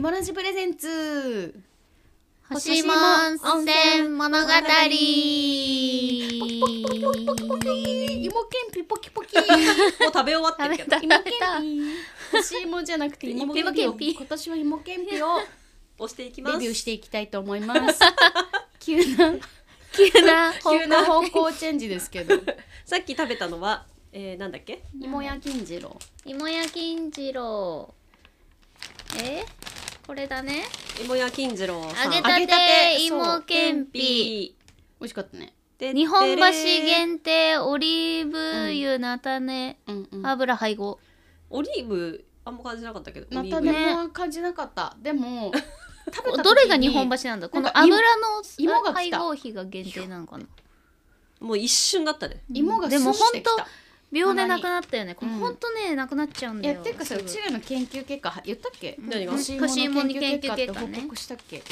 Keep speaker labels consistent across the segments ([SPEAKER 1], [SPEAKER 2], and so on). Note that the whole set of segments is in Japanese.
[SPEAKER 1] モラジプレゼンツ
[SPEAKER 2] 星も温泉物語
[SPEAKER 1] 芋けんぴポキポ キもう食べ終わってるけど
[SPEAKER 2] 食べ
[SPEAKER 1] 芋けん
[SPEAKER 2] た
[SPEAKER 1] ぴ干し芋じゃなくて芋けん
[SPEAKER 2] 芋
[SPEAKER 1] ぴ
[SPEAKER 2] けんぴ
[SPEAKER 1] 今年は芋けんぴを
[SPEAKER 3] 押していきます
[SPEAKER 1] レビューしていきたいと思います 急な
[SPEAKER 2] 急な
[SPEAKER 1] 急な方向チェンジですけど
[SPEAKER 3] さっき食べたのは、えー、なんだっけ
[SPEAKER 1] 芋や金次郎
[SPEAKER 2] 芋や金次郎えこれだね
[SPEAKER 3] 芋屋金次郎さ
[SPEAKER 2] 揚
[SPEAKER 3] ん
[SPEAKER 2] げ
[SPEAKER 1] 揚
[SPEAKER 2] た
[SPEAKER 1] げ
[SPEAKER 2] て
[SPEAKER 1] たて
[SPEAKER 2] 芋けんぴ
[SPEAKER 1] 美味しかったね
[SPEAKER 3] で
[SPEAKER 2] 日本橋
[SPEAKER 3] てれー
[SPEAKER 2] 限定オリーブ油菜種
[SPEAKER 1] うんうん
[SPEAKER 2] 油配合
[SPEAKER 3] オリーブあんま感じなかったけど
[SPEAKER 1] な
[SPEAKER 3] オ
[SPEAKER 1] ん
[SPEAKER 3] リ
[SPEAKER 1] か
[SPEAKER 3] ーブ
[SPEAKER 2] 菜
[SPEAKER 1] ね感じなかったでも食べた時に
[SPEAKER 2] どれが日本橋なんだこ
[SPEAKER 1] なん
[SPEAKER 2] の
[SPEAKER 1] か芋
[SPEAKER 2] 油の
[SPEAKER 1] 芋が来た
[SPEAKER 2] 配合比が限定なのかな
[SPEAKER 3] もう一瞬だったね
[SPEAKER 1] 芋がス
[SPEAKER 2] でも
[SPEAKER 1] ッしてき
[SPEAKER 2] ほん
[SPEAKER 1] た
[SPEAKER 2] と秒でなくなったよねこれ
[SPEAKER 1] うん
[SPEAKER 2] ほんとねなくなっちゃうん
[SPEAKER 1] い
[SPEAKER 2] だ
[SPEAKER 1] や
[SPEAKER 2] よ
[SPEAKER 1] てかさうちらの研究結果言ったっけ
[SPEAKER 3] 何が
[SPEAKER 1] 干し芋の研究結果って
[SPEAKER 2] 干し芋の研究結果
[SPEAKER 1] 報
[SPEAKER 2] ね
[SPEAKER 1] 告したっけ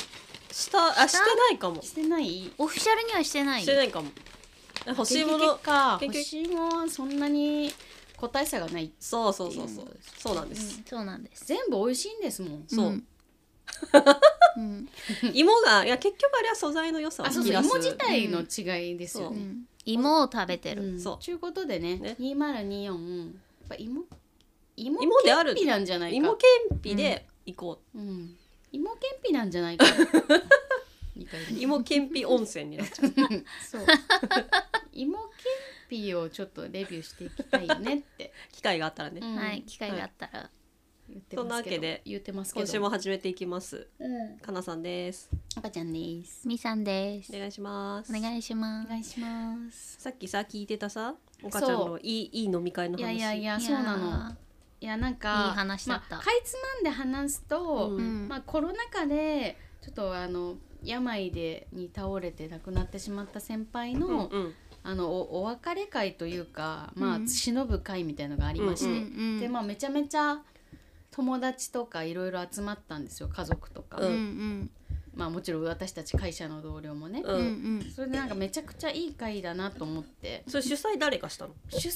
[SPEAKER 3] したあしてないかもし
[SPEAKER 1] してない
[SPEAKER 2] オフィシャルにはしてない
[SPEAKER 3] てないかもえ欲しいも
[SPEAKER 1] 研究
[SPEAKER 3] の
[SPEAKER 1] 結果
[SPEAKER 3] 研究
[SPEAKER 1] 干し芋はそんなに個体差がない
[SPEAKER 3] そうそうそうそ
[SPEAKER 1] っていう
[SPEAKER 3] う
[SPEAKER 1] のです
[SPEAKER 3] そうなんです、
[SPEAKER 2] そうなんです
[SPEAKER 1] 全部美味しいんですもん
[SPEAKER 3] そう、
[SPEAKER 2] んうん
[SPEAKER 3] 芋がいや結局あれは素材の良さを
[SPEAKER 1] あ
[SPEAKER 3] 引
[SPEAKER 1] そう
[SPEAKER 3] き
[SPEAKER 1] そう
[SPEAKER 3] 出す
[SPEAKER 1] 芋自体の違いですよ
[SPEAKER 2] う
[SPEAKER 1] ね
[SPEAKER 2] ん芋を食べて
[SPEAKER 1] う
[SPEAKER 2] る
[SPEAKER 1] ん
[SPEAKER 3] そう
[SPEAKER 1] ちゅうことでね
[SPEAKER 3] ね
[SPEAKER 1] 2024やっぱ芋芋
[SPEAKER 3] 芋であ
[SPEAKER 1] け
[SPEAKER 3] る
[SPEAKER 1] んぴなんじゃないか
[SPEAKER 3] 芋けんぴで行こ
[SPEAKER 1] うん芋けんぴなんじゃないか二回
[SPEAKER 3] う、
[SPEAKER 1] 目
[SPEAKER 3] 芋けんぴ温泉になっちゃう
[SPEAKER 1] そう芋けんぴをちょっとレビューしていきたいねって、
[SPEAKER 3] 機会があったらね、
[SPEAKER 1] うん
[SPEAKER 2] はい機会があったら
[SPEAKER 1] 言ってますけど
[SPEAKER 3] そんなわけで
[SPEAKER 1] 言ってますけど
[SPEAKER 3] 今週も始めていきます
[SPEAKER 1] うん
[SPEAKER 3] かなさんです
[SPEAKER 1] 赤ちゃんです
[SPEAKER 2] みさんです
[SPEAKER 3] お願いします
[SPEAKER 2] お願いし
[SPEAKER 1] お
[SPEAKER 2] ます
[SPEAKER 1] 願いします
[SPEAKER 3] さっきさ聞いてたさお母ちゃん
[SPEAKER 1] そ
[SPEAKER 3] のいいいい飲み会の
[SPEAKER 1] い
[SPEAKER 3] 話
[SPEAKER 1] やいやいや
[SPEAKER 2] いやー
[SPEAKER 1] そうなのいやなんか
[SPEAKER 2] いい話だった
[SPEAKER 1] まあ、かいつまんで話すと、
[SPEAKER 3] うん
[SPEAKER 2] うん
[SPEAKER 1] まあ、コロナ禍でちょっとあの病でに倒れて亡くなってしまった先輩の,、
[SPEAKER 3] うんうん
[SPEAKER 1] あのおお別れ会というか、ま
[SPEAKER 2] う
[SPEAKER 1] あ、
[SPEAKER 2] ん
[SPEAKER 1] 忍ぶ会みたいのがありまして、
[SPEAKER 3] うん
[SPEAKER 1] でまあめちゃめちゃ友達とかいろいろ集まったんですよ家族とか、
[SPEAKER 3] うん
[SPEAKER 2] うん
[SPEAKER 1] まあもちろん私たち会社の同僚もね、
[SPEAKER 2] う
[SPEAKER 3] う
[SPEAKER 2] んうん
[SPEAKER 3] ん
[SPEAKER 2] うん
[SPEAKER 1] それでなんかめちゃくちゃいい会だなと思って
[SPEAKER 3] それ主催誰かしたの
[SPEAKER 1] 主催は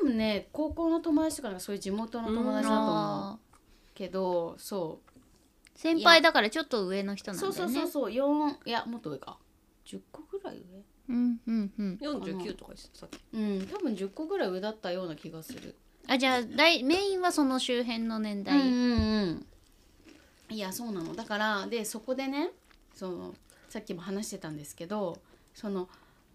[SPEAKER 1] 多分ね高校の友達とかなんかそういう地元の友達だと思う
[SPEAKER 2] あー
[SPEAKER 1] けど、そう
[SPEAKER 2] 先輩だからちょっと上の人なんだ
[SPEAKER 1] そ
[SPEAKER 2] よ
[SPEAKER 1] う
[SPEAKER 2] ね
[SPEAKER 1] そうそうそう4いやもっと上か10個ぐらい
[SPEAKER 2] うんうんうん
[SPEAKER 3] 49とか言ってたさっき
[SPEAKER 1] 上うん多分10個ぐらい上だったような気がする
[SPEAKER 2] あじゃあだいメインはその周辺の年代、
[SPEAKER 1] うんうんうんいやそうなのだからでそこでねそのさっきも話してたんですけどその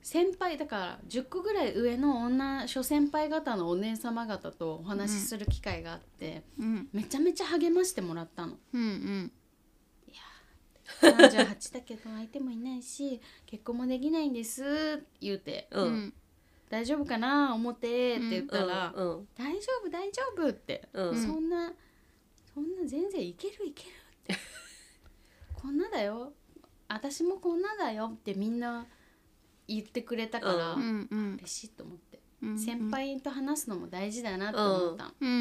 [SPEAKER 1] 先輩だから10個ぐらい上の女諸先輩方のお姉様方とお話しする機会があって、
[SPEAKER 2] うん
[SPEAKER 1] めちゃめちゃ励ましてもらったの。
[SPEAKER 2] うんうん
[SPEAKER 1] 38だけど相手もいない し結婚もできないんです言うて
[SPEAKER 3] う
[SPEAKER 2] うんん
[SPEAKER 1] 「大丈夫かな表」って言っ
[SPEAKER 3] う
[SPEAKER 1] た
[SPEAKER 3] ん
[SPEAKER 1] ら「
[SPEAKER 3] うん
[SPEAKER 1] 大丈夫大丈夫」って
[SPEAKER 3] うん
[SPEAKER 1] そんなそんな全然いけるいける ってこんなだよ私もこんなだよってみんな言ってくれたから、
[SPEAKER 2] うんうん
[SPEAKER 1] 嬉しいと思って、
[SPEAKER 2] うん
[SPEAKER 1] 先輩と話すのも大事だなって思ったの、
[SPEAKER 2] うんう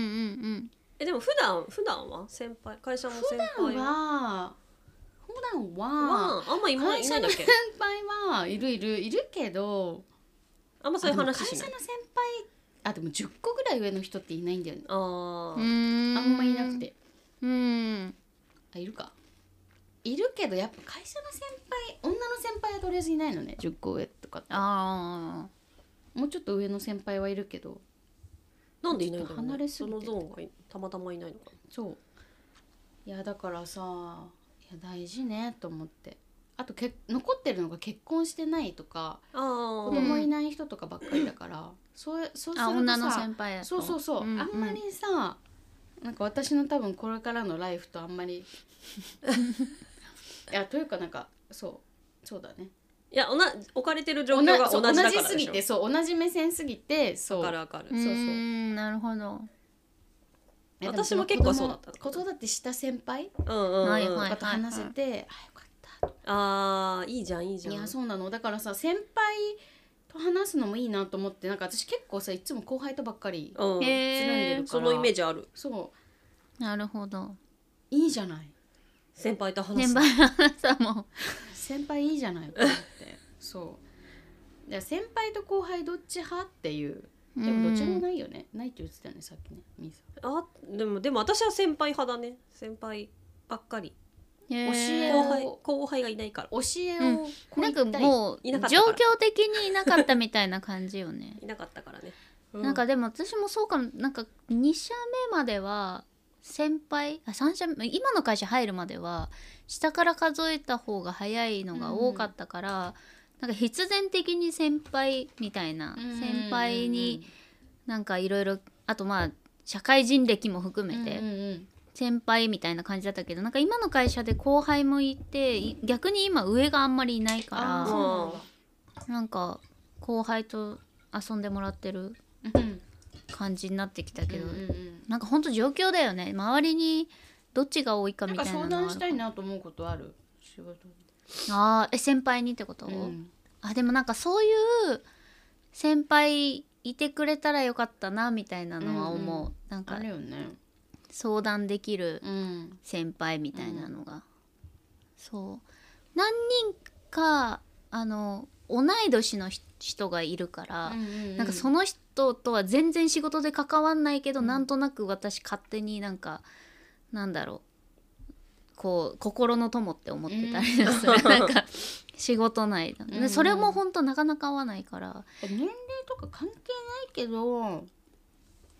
[SPEAKER 2] ん
[SPEAKER 3] えでも普段普段は先輩会社の先
[SPEAKER 1] 普段
[SPEAKER 3] 輩
[SPEAKER 1] は普段は
[SPEAKER 3] はあんま今い
[SPEAKER 1] 会
[SPEAKER 3] な
[SPEAKER 1] 社
[SPEAKER 3] いんだ
[SPEAKER 1] の
[SPEAKER 3] っ
[SPEAKER 1] 先
[SPEAKER 3] け
[SPEAKER 1] 輩はいるいるいるけど
[SPEAKER 3] あんまそういう話し
[SPEAKER 1] あ
[SPEAKER 3] な
[SPEAKER 1] でも会
[SPEAKER 3] い
[SPEAKER 1] 社の先輩あでも10個ぐらい上の人っていないんだよね
[SPEAKER 3] あ
[SPEAKER 2] う
[SPEAKER 3] ー
[SPEAKER 2] ん
[SPEAKER 1] あんまいなくて
[SPEAKER 2] うん
[SPEAKER 1] あいるかいるけどやっぱ会社の先輩女の先輩はとりあえずいないのね10個上とかって
[SPEAKER 2] あ
[SPEAKER 1] もうちょっと上の先輩はいるけど
[SPEAKER 3] なんでいないんだろう
[SPEAKER 1] 離
[SPEAKER 3] ね
[SPEAKER 1] れす
[SPEAKER 3] そ
[SPEAKER 1] ぎて
[SPEAKER 3] のゾーンがいたまたまいないのか
[SPEAKER 1] そういやだからさいや大事ねと思ってあとけ残ってるのが結婚してないとか
[SPEAKER 3] あ
[SPEAKER 1] 子
[SPEAKER 3] ー
[SPEAKER 1] 供いない人とかばっかりだから、そうそうす
[SPEAKER 2] あ
[SPEAKER 1] るとさ
[SPEAKER 2] 女の先輩だと
[SPEAKER 1] そうそうそう、
[SPEAKER 2] んん
[SPEAKER 1] あんまりさなんか私の多分これからのライフとあんまり いやというかなんかそうそうだね
[SPEAKER 3] いやおな置かれてる状
[SPEAKER 1] 同
[SPEAKER 3] 況
[SPEAKER 1] じ
[SPEAKER 3] が
[SPEAKER 1] そ
[SPEAKER 3] 同
[SPEAKER 1] う
[SPEAKER 3] じだから
[SPEAKER 1] 同じす
[SPEAKER 3] で
[SPEAKER 1] ぎ
[SPEAKER 3] しょ
[SPEAKER 1] てそう同じ目線すぎてそう
[SPEAKER 3] わかるわかる
[SPEAKER 2] う
[SPEAKER 1] そうそうん
[SPEAKER 2] なるほど
[SPEAKER 1] いや
[SPEAKER 3] 私
[SPEAKER 1] で
[SPEAKER 3] も結構そうだった
[SPEAKER 1] 子供子育てした先輩
[SPEAKER 3] うんうんうん
[SPEAKER 2] はいはい
[SPEAKER 1] とかと話せて、あよかったと
[SPEAKER 3] あーいいじゃんいいじゃん
[SPEAKER 1] いやそうなのだからさ先輩と話すのもいいなと思ってなんか私結構さいつも後輩とばっかり
[SPEAKER 3] う
[SPEAKER 1] つるん
[SPEAKER 3] ん
[SPEAKER 1] で
[SPEAKER 2] へ
[SPEAKER 1] る
[SPEAKER 2] え
[SPEAKER 1] か
[SPEAKER 3] そ
[SPEAKER 1] ら、
[SPEAKER 3] のイメージある
[SPEAKER 1] そう
[SPEAKER 2] なるほど
[SPEAKER 1] いいじゃない
[SPEAKER 3] 先輩と話
[SPEAKER 2] 年
[SPEAKER 3] す
[SPEAKER 2] 配のさも
[SPEAKER 1] 先輩いいじゃないと思ってそういや先輩と後輩どっち派っていうでもどっちもないよねないって言ってたよねさっきねみーさん
[SPEAKER 3] あでもでも私は先輩派だね先輩ばっかり
[SPEAKER 2] 教
[SPEAKER 1] 教え
[SPEAKER 3] 後
[SPEAKER 1] を
[SPEAKER 3] 輩後輩がいないから
[SPEAKER 1] 教えを、
[SPEAKER 2] うん
[SPEAKER 1] こう
[SPEAKER 2] なんか
[SPEAKER 1] 言ったり
[SPEAKER 2] もう
[SPEAKER 3] い
[SPEAKER 2] 状
[SPEAKER 3] なかった
[SPEAKER 2] 況
[SPEAKER 3] から
[SPEAKER 2] 的にいなかったみたいな感じよね
[SPEAKER 3] いなかったからね
[SPEAKER 1] うん
[SPEAKER 2] なんかでも私もそうかもなんか2社目までは先輩あ3社目今の会社入るまでは下から数えた方が早いのが多かったから、なんか必然的に先輩みたいな、
[SPEAKER 1] うん
[SPEAKER 2] 先輩になんかいろいろあとまあ社会人歴も含
[SPEAKER 1] う
[SPEAKER 2] め
[SPEAKER 1] ん
[SPEAKER 2] て、
[SPEAKER 1] うんうん
[SPEAKER 2] 先輩みたいな感じだったけどなんか今の会社で後輩もいてい逆に今上があんまりいない
[SPEAKER 1] あー
[SPEAKER 2] か
[SPEAKER 1] そう
[SPEAKER 2] らなんか後輩と遊んでもらってる
[SPEAKER 1] なんだうん
[SPEAKER 2] 感じになってきたけど、
[SPEAKER 1] うんうんうん
[SPEAKER 2] なんかほんと状況だよね周りにどっちが多いか
[SPEAKER 1] なん
[SPEAKER 2] みた
[SPEAKER 1] か
[SPEAKER 2] いなの
[SPEAKER 1] 相
[SPEAKER 2] はある
[SPEAKER 1] 談したいなと思うことある仕事
[SPEAKER 2] あーえ先輩にってこと、
[SPEAKER 1] うん
[SPEAKER 2] あでもなんかそういう先輩いてくれたらよかったなみたいなのは思う、
[SPEAKER 1] うんう
[SPEAKER 2] なん
[SPEAKER 1] あ
[SPEAKER 2] か
[SPEAKER 1] るよね
[SPEAKER 2] 相談できる
[SPEAKER 1] うん
[SPEAKER 2] 先輩みたいなのが、そう何人かあの同い年のひ人がいるから、なんかそ
[SPEAKER 1] の
[SPEAKER 2] の人とは全然仕事で関わんないけど、なんとなく私勝手になんかなんだろうこう心の友って思ってたりする、なんか仕事内だ、で
[SPEAKER 1] うん
[SPEAKER 2] それも本当なかなか合わないから
[SPEAKER 1] 年齢とか関係ないけど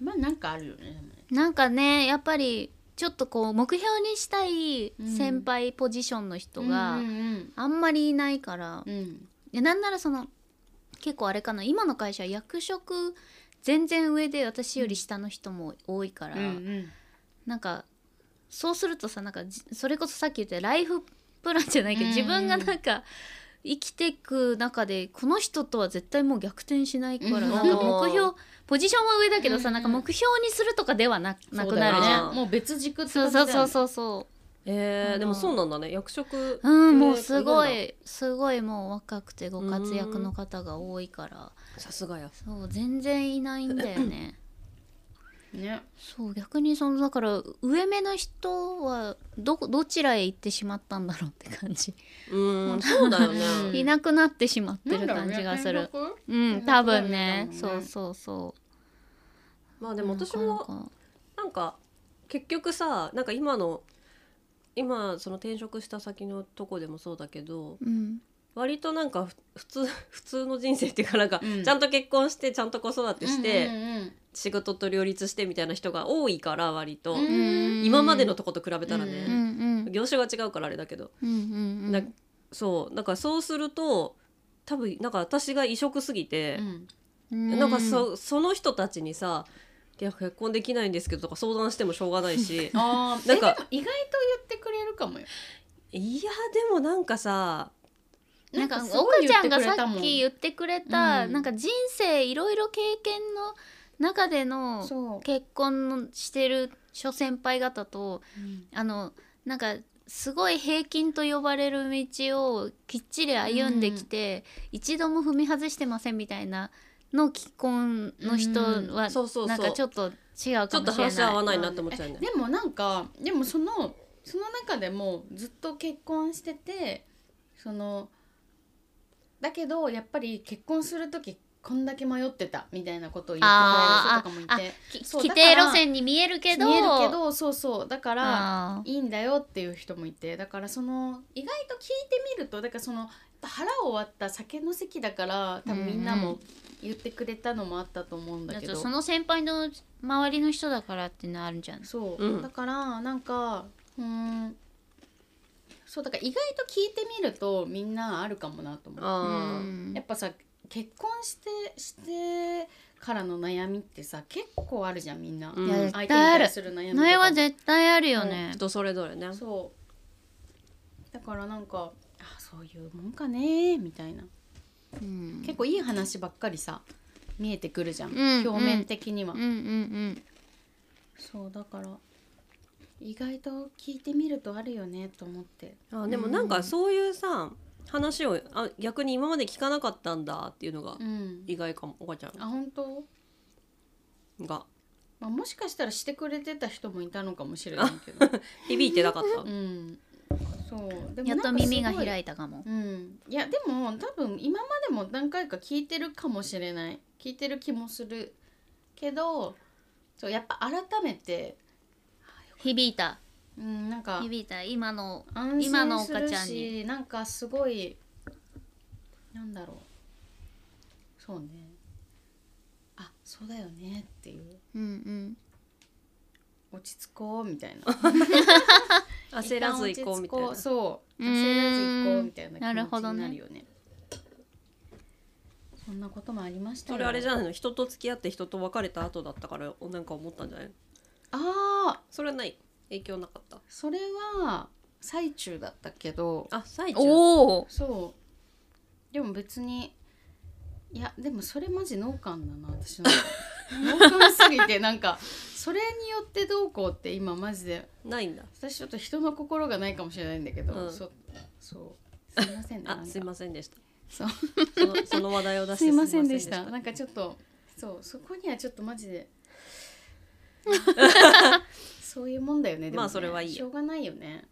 [SPEAKER 1] まあなんかあるよねでもね
[SPEAKER 2] なんかねやっぱりちょっとこう目標にしたい先輩ポジションの人が
[SPEAKER 1] うんうん
[SPEAKER 2] あんまりいないから、
[SPEAKER 1] うんうん
[SPEAKER 2] でなんならその結構あれかな今の会社は役職全然上で私より下の人も多いから。
[SPEAKER 1] うん
[SPEAKER 2] なんかそうするとさなんかじそれこそさっき言ったライフプランじゃないけど、
[SPEAKER 1] うんうん
[SPEAKER 2] 自分がなんか生きてく中でこの人とは絶対もう逆転しないから、
[SPEAKER 1] うんうん
[SPEAKER 2] なんか目標ポジションは上だけどさ、
[SPEAKER 1] うんうん
[SPEAKER 2] なんか目標にするとかではななくな
[SPEAKER 3] よ
[SPEAKER 2] る
[SPEAKER 1] そうだ
[SPEAKER 2] じ
[SPEAKER 3] ね
[SPEAKER 2] ゃ
[SPEAKER 1] よ
[SPEAKER 2] ん。
[SPEAKER 1] ねもう別軸って
[SPEAKER 2] そ
[SPEAKER 1] 感
[SPEAKER 2] う
[SPEAKER 1] じだ
[SPEAKER 2] そ
[SPEAKER 1] よね
[SPEAKER 2] うそうそうそ
[SPEAKER 3] え
[SPEAKER 2] う
[SPEAKER 3] ー、
[SPEAKER 2] ん
[SPEAKER 3] でもそうなんだね役職
[SPEAKER 2] ううんもう
[SPEAKER 3] 系
[SPEAKER 2] す
[SPEAKER 3] な
[SPEAKER 2] ご
[SPEAKER 3] んだ
[SPEAKER 2] いすごいもう若くてご活躍の方が多いから
[SPEAKER 3] さすがや
[SPEAKER 2] そう全然いないんだよね
[SPEAKER 1] ね
[SPEAKER 2] そう逆にそのだから上目の人はどこどちらへ行ってしまったんだろうって感じ
[SPEAKER 3] うーんそうだよね
[SPEAKER 1] うん
[SPEAKER 2] いなくなってしまってる感じがする。う
[SPEAKER 1] 転
[SPEAKER 2] ん、
[SPEAKER 1] 職
[SPEAKER 2] 多分ね。
[SPEAKER 1] 転職だよ
[SPEAKER 2] そう
[SPEAKER 1] ね
[SPEAKER 2] そうそう。
[SPEAKER 3] まあでも私
[SPEAKER 2] なか
[SPEAKER 3] も
[SPEAKER 2] なか
[SPEAKER 3] なんか結局さなんか今の今その転職した先のとこでもそうだけど
[SPEAKER 2] うん。なん
[SPEAKER 3] 割となんかふ普通 普通の人生っていうかなんか、
[SPEAKER 1] うん
[SPEAKER 3] ちゃんと結婚してちゃんと子育てして、
[SPEAKER 1] うんうん
[SPEAKER 3] 仕事と両立してみたいな人が多いから割と、
[SPEAKER 1] うんうん
[SPEAKER 3] 今までのとこと比べたらね、
[SPEAKER 2] うんうん
[SPEAKER 3] 業種が違うからあれだけど、
[SPEAKER 2] うんうんう。
[SPEAKER 3] なんそうだからそうすると多分なんか私が異色すぎて
[SPEAKER 1] う、ん
[SPEAKER 2] うん
[SPEAKER 3] なんかそその人たちにさ「いや結婚できないんですけど」とか相談してもしょうがないし
[SPEAKER 1] あー
[SPEAKER 3] な
[SPEAKER 1] えで
[SPEAKER 3] んか
[SPEAKER 1] も意外と言ってくれるかもよ
[SPEAKER 3] いやでもなんかさ
[SPEAKER 2] なんか
[SPEAKER 1] すご
[SPEAKER 2] 岡
[SPEAKER 1] い
[SPEAKER 2] ち
[SPEAKER 1] 言
[SPEAKER 2] ゃ
[SPEAKER 1] って
[SPEAKER 2] ん
[SPEAKER 1] く
[SPEAKER 2] が
[SPEAKER 1] れた
[SPEAKER 2] さ
[SPEAKER 1] も
[SPEAKER 2] っき言ってくれた、
[SPEAKER 1] うん
[SPEAKER 2] なんか人生いろいろ経験の中での
[SPEAKER 1] そう
[SPEAKER 2] 結婚のしてる諸先輩方とあのなんかすごい平均と呼ばれる道をきっちり歩んできて、一度も踏み外してませんみたいなの既婚の人は、
[SPEAKER 3] そうそうそう
[SPEAKER 2] なんかちょっと違う
[SPEAKER 3] ち
[SPEAKER 2] か
[SPEAKER 3] ょっ
[SPEAKER 2] も
[SPEAKER 3] と
[SPEAKER 2] しれない
[SPEAKER 3] 話合わないなって思っちゃうよね。
[SPEAKER 1] でもなんかでもそのその中でもずっと結婚しててそのだけどやっぱり結婚する時こんだけ迷ってたみたいなことを言って
[SPEAKER 2] あ
[SPEAKER 1] く
[SPEAKER 2] ー
[SPEAKER 1] れる人とかもいて
[SPEAKER 2] き
[SPEAKER 1] そう
[SPEAKER 2] 規
[SPEAKER 1] だか
[SPEAKER 2] 定
[SPEAKER 1] ら
[SPEAKER 2] 路線に見えるけど
[SPEAKER 1] 見えるけどそうそうだから
[SPEAKER 2] あー
[SPEAKER 1] いいんだよっていう人もいてだからその意外と聞いてみるとだからその腹を割った酒の席だから多分みんな
[SPEAKER 2] うんう
[SPEAKER 1] も
[SPEAKER 2] ん
[SPEAKER 1] 言ってくれたのもあったと思うんだけ
[SPEAKER 2] だ
[SPEAKER 1] ど、
[SPEAKER 2] とその先輩の周りの人だからっていうのあるんじゃない
[SPEAKER 1] そう、
[SPEAKER 3] うん
[SPEAKER 1] だからなんかうーんそうだから意外と聞いてみるとみんなあるかもなと思う、
[SPEAKER 3] あー
[SPEAKER 2] うん
[SPEAKER 1] やっぱさ結婚してしてからの悩みってさ結構あるじゃんみんな、
[SPEAKER 3] うん
[SPEAKER 2] いや絶
[SPEAKER 1] 相手に
[SPEAKER 2] 対ある
[SPEAKER 1] 対する悩みとかも
[SPEAKER 2] 苗は絶対あるよね、
[SPEAKER 3] 人それぞれね。
[SPEAKER 1] そうだからなんかあそういうもんかねみたいな
[SPEAKER 2] うん、
[SPEAKER 1] 結構いい話ばっかりさ見えてくるじゃん、
[SPEAKER 2] うん
[SPEAKER 1] 表面的には、
[SPEAKER 2] うんうんうん
[SPEAKER 1] そうだから意外と聞いてみるとあるよねと思って
[SPEAKER 3] あでもなんかそういうさ話をあ逆に今まで聞かなかったんだっていうのが
[SPEAKER 1] うん
[SPEAKER 3] 意外かもおばちゃん
[SPEAKER 1] あ本当、
[SPEAKER 3] が
[SPEAKER 1] まあ、もしかしたらしてくれてた人もいたのかもしれないけ ど
[SPEAKER 3] 響いてなかった
[SPEAKER 1] うんそうで
[SPEAKER 2] やっと耳が開
[SPEAKER 1] い
[SPEAKER 2] いたかも
[SPEAKER 1] うん、いやでも多分今までも何回か聞いてるかもしれない聞いてる気もするけどそうやっぱ改めて、
[SPEAKER 2] 響いた
[SPEAKER 1] うん、なんか
[SPEAKER 2] 響いた今の
[SPEAKER 1] 安
[SPEAKER 2] 今の
[SPEAKER 1] 心
[SPEAKER 2] お
[SPEAKER 1] す
[SPEAKER 2] か
[SPEAKER 1] る
[SPEAKER 2] ちゃん
[SPEAKER 1] し
[SPEAKER 2] に
[SPEAKER 1] なんかすごいなんだろうそうねあそうだよねっていう
[SPEAKER 2] うん
[SPEAKER 1] 落ち着こうみたいな
[SPEAKER 3] 焦らず行こうみたい
[SPEAKER 1] 一旦
[SPEAKER 3] な
[SPEAKER 1] 落ち着こうそう
[SPEAKER 2] うーん
[SPEAKER 1] 焦らず行こうみたいな
[SPEAKER 2] なる
[SPEAKER 1] 気持
[SPEAKER 2] ほ
[SPEAKER 1] ち
[SPEAKER 2] ど
[SPEAKER 1] に
[SPEAKER 2] ね
[SPEAKER 1] なるよねそんなこともありました
[SPEAKER 3] そ
[SPEAKER 1] よ
[SPEAKER 3] れあれじゃないの人と付き合って人と別れた後だったからなんか思ったんじゃないの
[SPEAKER 1] あー
[SPEAKER 3] それはない影響なかった
[SPEAKER 1] それは最中だったけど
[SPEAKER 3] あ最中
[SPEAKER 2] おお
[SPEAKER 1] そうでも別にいやでもそれマジ脳幹だな私の脳幹すぎてなんかそれによってどうこうって今マジで
[SPEAKER 3] ないんだ
[SPEAKER 1] 私ちょっと人の心がないかもしれないんだけど、
[SPEAKER 3] うん
[SPEAKER 1] そそうすいませんねなん
[SPEAKER 3] あ
[SPEAKER 1] か
[SPEAKER 3] すいませんでした
[SPEAKER 1] そう
[SPEAKER 3] そのその話題を出して
[SPEAKER 1] すいませんでした
[SPEAKER 3] すいません
[SPEAKER 1] なんかちょっとそうそこにはちょっとマジ でそういうもんだよねでもね
[SPEAKER 3] まあそれはいいよ
[SPEAKER 1] しょうがないよね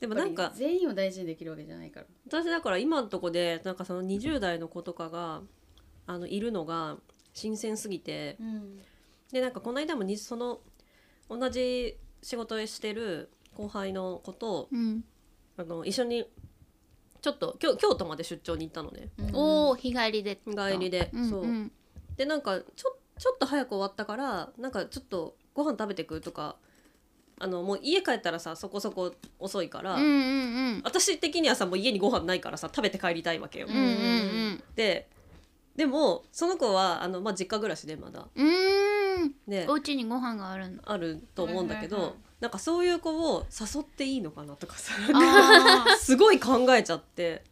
[SPEAKER 3] でもなん
[SPEAKER 1] やっ
[SPEAKER 3] か
[SPEAKER 1] ぱり全員を大事にできるわけじゃないから
[SPEAKER 3] 私だから今のとこでなんかその20代の子とかがあのいるのが新鮮すぎて
[SPEAKER 1] うん
[SPEAKER 3] でなんかこの間もにその同じ仕事をしてる後輩の子と
[SPEAKER 2] うん
[SPEAKER 3] あの一緒にちょっと京京都まで出張に行ったのね
[SPEAKER 2] おお日帰りで
[SPEAKER 3] 日帰りで、
[SPEAKER 2] うん
[SPEAKER 3] そう
[SPEAKER 2] うん
[SPEAKER 3] でなんかちょちょっと早く終わったからなんかちょっとご飯食べてくとかあのもう家帰ったらさそこそこ遅いから、
[SPEAKER 2] うんうん
[SPEAKER 3] 私的にはさもう家にご飯ないからさ食べて帰りたいわけよ、
[SPEAKER 2] うんうんうん
[SPEAKER 3] ででもその子はあの、まあ、実家暮らしでまだ
[SPEAKER 2] うんうん
[SPEAKER 3] で
[SPEAKER 2] お家にご飯があるんだ
[SPEAKER 3] あると思うんだけど、
[SPEAKER 1] はいはいはい
[SPEAKER 3] なんかそういう子を誘っていいのかなとかさ
[SPEAKER 1] あー
[SPEAKER 3] すごい考えちゃって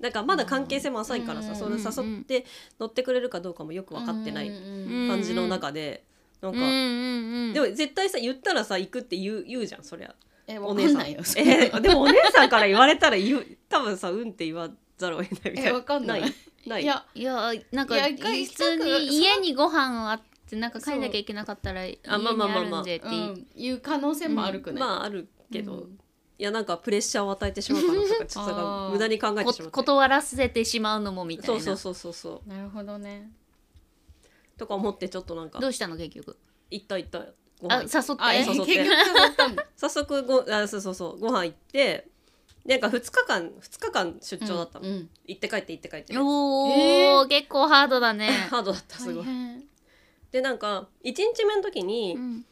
[SPEAKER 3] なんかまだ関係性も浅いからさ、
[SPEAKER 1] うん
[SPEAKER 3] それ誘って乗ってくれるかどうかもよ く分かってない
[SPEAKER 1] うんうんうん
[SPEAKER 2] うん
[SPEAKER 3] 感じの中で、
[SPEAKER 2] うん
[SPEAKER 3] なんか、
[SPEAKER 2] うんうん
[SPEAKER 3] でも絶対さ言ったらさ行くって言う言うじゃんそりゃ
[SPEAKER 1] え
[SPEAKER 3] お
[SPEAKER 1] わか
[SPEAKER 3] 姉
[SPEAKER 1] ん
[SPEAKER 3] さん
[SPEAKER 1] ないよそれ
[SPEAKER 3] えーでもお姉さんから言われたら言う多分さうんって言わざるを得ないみたいな
[SPEAKER 1] えわかんない
[SPEAKER 3] ないない
[SPEAKER 1] いや
[SPEAKER 2] いやなんか
[SPEAKER 1] いや一回行
[SPEAKER 2] 普
[SPEAKER 1] きた
[SPEAKER 2] 通
[SPEAKER 1] く
[SPEAKER 2] に家にご飯あってなんか帰んなきゃいけなかったら家にあ
[SPEAKER 3] あまあまあまあま
[SPEAKER 2] る
[SPEAKER 3] あ
[SPEAKER 2] んでって
[SPEAKER 1] う
[SPEAKER 2] 言い
[SPEAKER 1] んいう可能性もあるくない、
[SPEAKER 3] まああるけど、
[SPEAKER 1] うん
[SPEAKER 3] いやなんかプレッシャーを与えてしま うかなとかちょっとなんか
[SPEAKER 1] あー
[SPEAKER 3] 無駄に考えて
[SPEAKER 2] こ
[SPEAKER 3] しまって
[SPEAKER 2] 断らせてしまうのもみたいな
[SPEAKER 3] そうそうそうそうそう
[SPEAKER 1] なるほどね
[SPEAKER 3] とか思ってちょっとなんか
[SPEAKER 2] どうしたの結局
[SPEAKER 3] 行った行ったご
[SPEAKER 2] あ
[SPEAKER 3] 飯
[SPEAKER 2] 誘っ
[SPEAKER 1] あ
[SPEAKER 3] え
[SPEAKER 1] え
[SPEAKER 2] て
[SPEAKER 1] 結
[SPEAKER 3] 誘
[SPEAKER 1] 局
[SPEAKER 3] って
[SPEAKER 1] 誘ったんだ
[SPEAKER 3] 早速ごあそうそうそうご飯行ってなんか2日間2日間出張だったの、
[SPEAKER 1] うん
[SPEAKER 3] 行って帰って行って帰って
[SPEAKER 2] おー、
[SPEAKER 1] え
[SPEAKER 2] 結構ハードだね
[SPEAKER 3] ハードだったすご
[SPEAKER 1] 大
[SPEAKER 3] い
[SPEAKER 1] 変
[SPEAKER 3] でなんか1日目の時に、
[SPEAKER 2] うん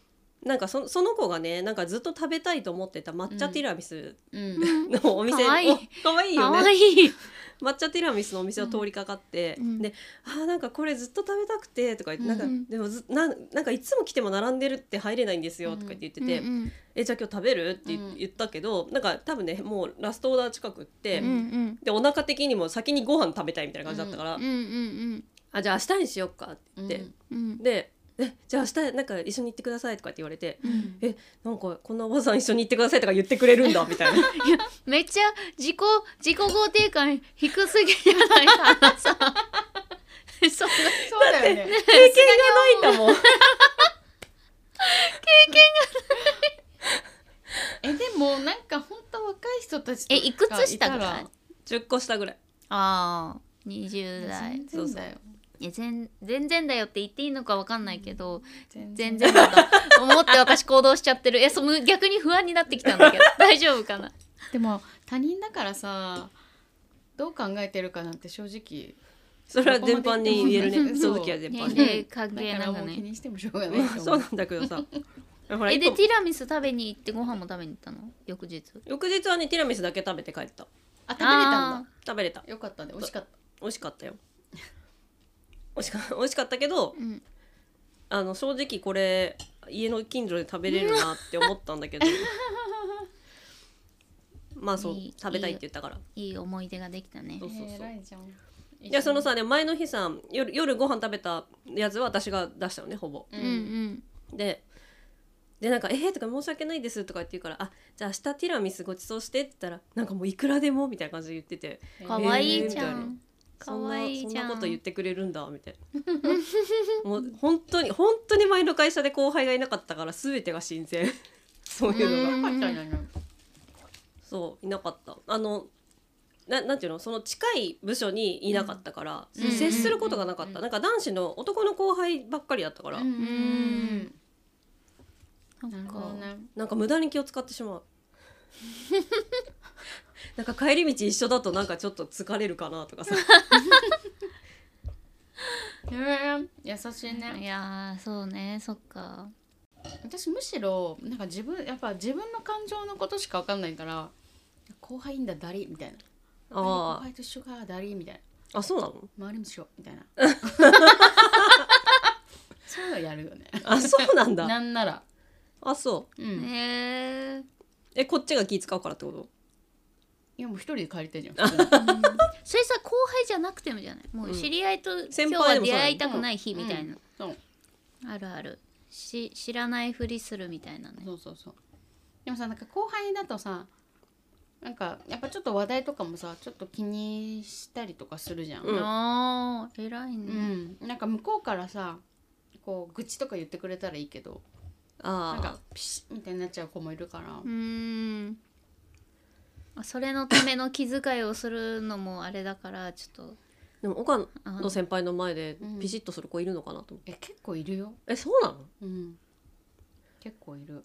[SPEAKER 3] なんかそその子がねなんかずっと食べたいと思ってた抹茶ティラミス
[SPEAKER 1] うん
[SPEAKER 3] のお店
[SPEAKER 2] かわいい
[SPEAKER 3] をかわいい
[SPEAKER 2] か
[SPEAKER 3] よね
[SPEAKER 2] わいい
[SPEAKER 3] 抹茶ティラミスのお店を通りかかって、
[SPEAKER 2] うん
[SPEAKER 3] で「あーなんかこれずっと食べたくて」とか言って「なんか、
[SPEAKER 2] うん
[SPEAKER 3] でもずななんかいつも来ても並んでるって入れないんですよ」とか言って言ってて「
[SPEAKER 2] うん
[SPEAKER 3] えじゃあ今日食べる?」って
[SPEAKER 1] うん
[SPEAKER 3] 言ったけど、なんか多分ねもうラストオーダー近くって、
[SPEAKER 2] うんうん
[SPEAKER 3] でお腹的にも先にご飯食べたいみたいな感じだったから「
[SPEAKER 2] うんうん
[SPEAKER 3] あじゃあ明日にしよっか」って言って、
[SPEAKER 2] うんうん
[SPEAKER 3] で「えじゃあ明日なんか一緒に行ってください」とかって言われて
[SPEAKER 1] う
[SPEAKER 2] うん
[SPEAKER 1] ん
[SPEAKER 3] えなんかこんなおばさん一緒に行ってくださいとか言ってくれるんだみたいな
[SPEAKER 2] めっちゃ自己自己肯定感低すぎじゃないかなさそんな
[SPEAKER 1] そうだよね
[SPEAKER 3] 経験がないんだ もん
[SPEAKER 1] えでもなんか本当若い人たち
[SPEAKER 2] えいくつ下ぐ
[SPEAKER 1] から
[SPEAKER 2] い
[SPEAKER 3] 10個下ぐらい
[SPEAKER 2] ああ20代
[SPEAKER 1] 全然だよ
[SPEAKER 2] いや全全然だよって言っていいのかわかんないけど、
[SPEAKER 1] 全
[SPEAKER 2] 全然だと思って私行動しちゃってるえその逆に不安になってきたんだけど大丈夫かな
[SPEAKER 1] でも他人だからさどう考えてるかなんて正直
[SPEAKER 3] それは全般に言えるね
[SPEAKER 1] そ
[SPEAKER 3] そ
[SPEAKER 1] こ
[SPEAKER 3] の
[SPEAKER 1] まで言っても
[SPEAKER 3] 時は全般に
[SPEAKER 2] 年。齢関係
[SPEAKER 1] だか
[SPEAKER 2] な
[SPEAKER 1] ら
[SPEAKER 2] く
[SPEAKER 1] もう気
[SPEAKER 2] ね
[SPEAKER 1] にしてもしょうがない
[SPEAKER 3] まあ
[SPEAKER 1] と
[SPEAKER 3] そう
[SPEAKER 1] 思
[SPEAKER 3] なんだけどさほら
[SPEAKER 2] えで
[SPEAKER 3] 一個
[SPEAKER 2] ティラミス食べに行ってご飯も食べに行ったの翌日
[SPEAKER 3] 翌日はねティラミスだけ食べて帰った
[SPEAKER 1] あ食べれたんだ
[SPEAKER 3] 食べれた
[SPEAKER 1] よかったね美味しかった
[SPEAKER 3] 美味しかったよ美味しか美味しかったけど
[SPEAKER 2] うん
[SPEAKER 3] あの正直これ家の近所で食べれるなって思ったん だけどまあそう
[SPEAKER 2] いい
[SPEAKER 3] 食べたいって言ったから
[SPEAKER 2] いい思い出ができたね
[SPEAKER 3] そうそうそう
[SPEAKER 1] えー偉いじゃんい
[SPEAKER 3] いやそのさでも前の日さ夜夜ご飯食べたやつは私が出したのねほぼ
[SPEAKER 1] う
[SPEAKER 2] うんんうん
[SPEAKER 3] ででなんか「えーとか「申し訳ないです」とかって言うから「あじゃあ明日ティラミスごちそうして」って言ったら「なんかもういくらでも」みたいな感じで言ってて
[SPEAKER 2] かわいいじゃ
[SPEAKER 3] えーみたい
[SPEAKER 2] ん、
[SPEAKER 3] そん
[SPEAKER 2] かわ
[SPEAKER 3] ない
[SPEAKER 2] いじゃん
[SPEAKER 3] そんなこと言ってくれるんだみたいな もう本当に本当に前の会社で後輩がいなかったから全てが新鮮 そういうのが
[SPEAKER 2] う
[SPEAKER 1] よか
[SPEAKER 2] ん
[SPEAKER 1] ったんだね
[SPEAKER 3] そういなかったあのななんていうのその近い部署にいなかったから、
[SPEAKER 2] うん
[SPEAKER 3] 接することがなかっ
[SPEAKER 1] うん
[SPEAKER 3] た、
[SPEAKER 1] うん
[SPEAKER 3] なんか男子の男の後輩ばっかりだったから、
[SPEAKER 1] うんうんうん
[SPEAKER 2] な
[SPEAKER 1] なんる
[SPEAKER 2] か
[SPEAKER 1] ほどね
[SPEAKER 3] なんか無駄に気を使ってしまう なんか帰り道一緒だとなんかちょっと疲れるかなと かさ
[SPEAKER 1] へえ優しい
[SPEAKER 2] い
[SPEAKER 1] ね
[SPEAKER 2] やーそうねそっか
[SPEAKER 1] 私むしろなんか自分やっぱ自分の感情のことしか分かんないから後輩いいんだだりみたいな後
[SPEAKER 3] あ
[SPEAKER 1] 輩と一緒かだりみたい
[SPEAKER 3] ああそうなの
[SPEAKER 1] な周りもしようみたいな そういうのやるよね
[SPEAKER 3] あそうな んだ
[SPEAKER 1] なんなら
[SPEAKER 3] あそう
[SPEAKER 1] う
[SPEAKER 2] へ
[SPEAKER 1] ん
[SPEAKER 2] えー、
[SPEAKER 3] えこっちが気使うからってこと
[SPEAKER 1] いやもう一人で帰りたいじ ゃん普通に
[SPEAKER 2] それさ後輩じゃなくてもじゃないもう知り合いと今
[SPEAKER 3] 先
[SPEAKER 2] 日
[SPEAKER 3] 輩
[SPEAKER 2] は
[SPEAKER 3] でも
[SPEAKER 2] 出
[SPEAKER 3] そうだよね
[SPEAKER 2] 会いたくない日みたいな、
[SPEAKER 1] そう
[SPEAKER 2] あるあるし知らないふりするみたいなね
[SPEAKER 1] そうそうそうでもさなんか後輩だとさなんかやっぱちょっと話題とかもさちょっと気にしたりとかするじゃん、
[SPEAKER 3] うん
[SPEAKER 2] あー偉いね、
[SPEAKER 1] うんなんか向こうからさこう愚痴とか言ってくれたらいいけど
[SPEAKER 3] あ
[SPEAKER 1] な
[SPEAKER 3] あ
[SPEAKER 1] んかピシッみたいになっちゃう子もいるから、
[SPEAKER 2] うーんそれのための気遣いをするのもあれだからちょっと
[SPEAKER 3] でも岡
[SPEAKER 2] あ
[SPEAKER 3] 野先輩の前で
[SPEAKER 1] うん
[SPEAKER 3] ピシッとする子いるのかなと思って、
[SPEAKER 1] え結構いるよ、
[SPEAKER 3] えそうなの
[SPEAKER 1] うん、結構いる、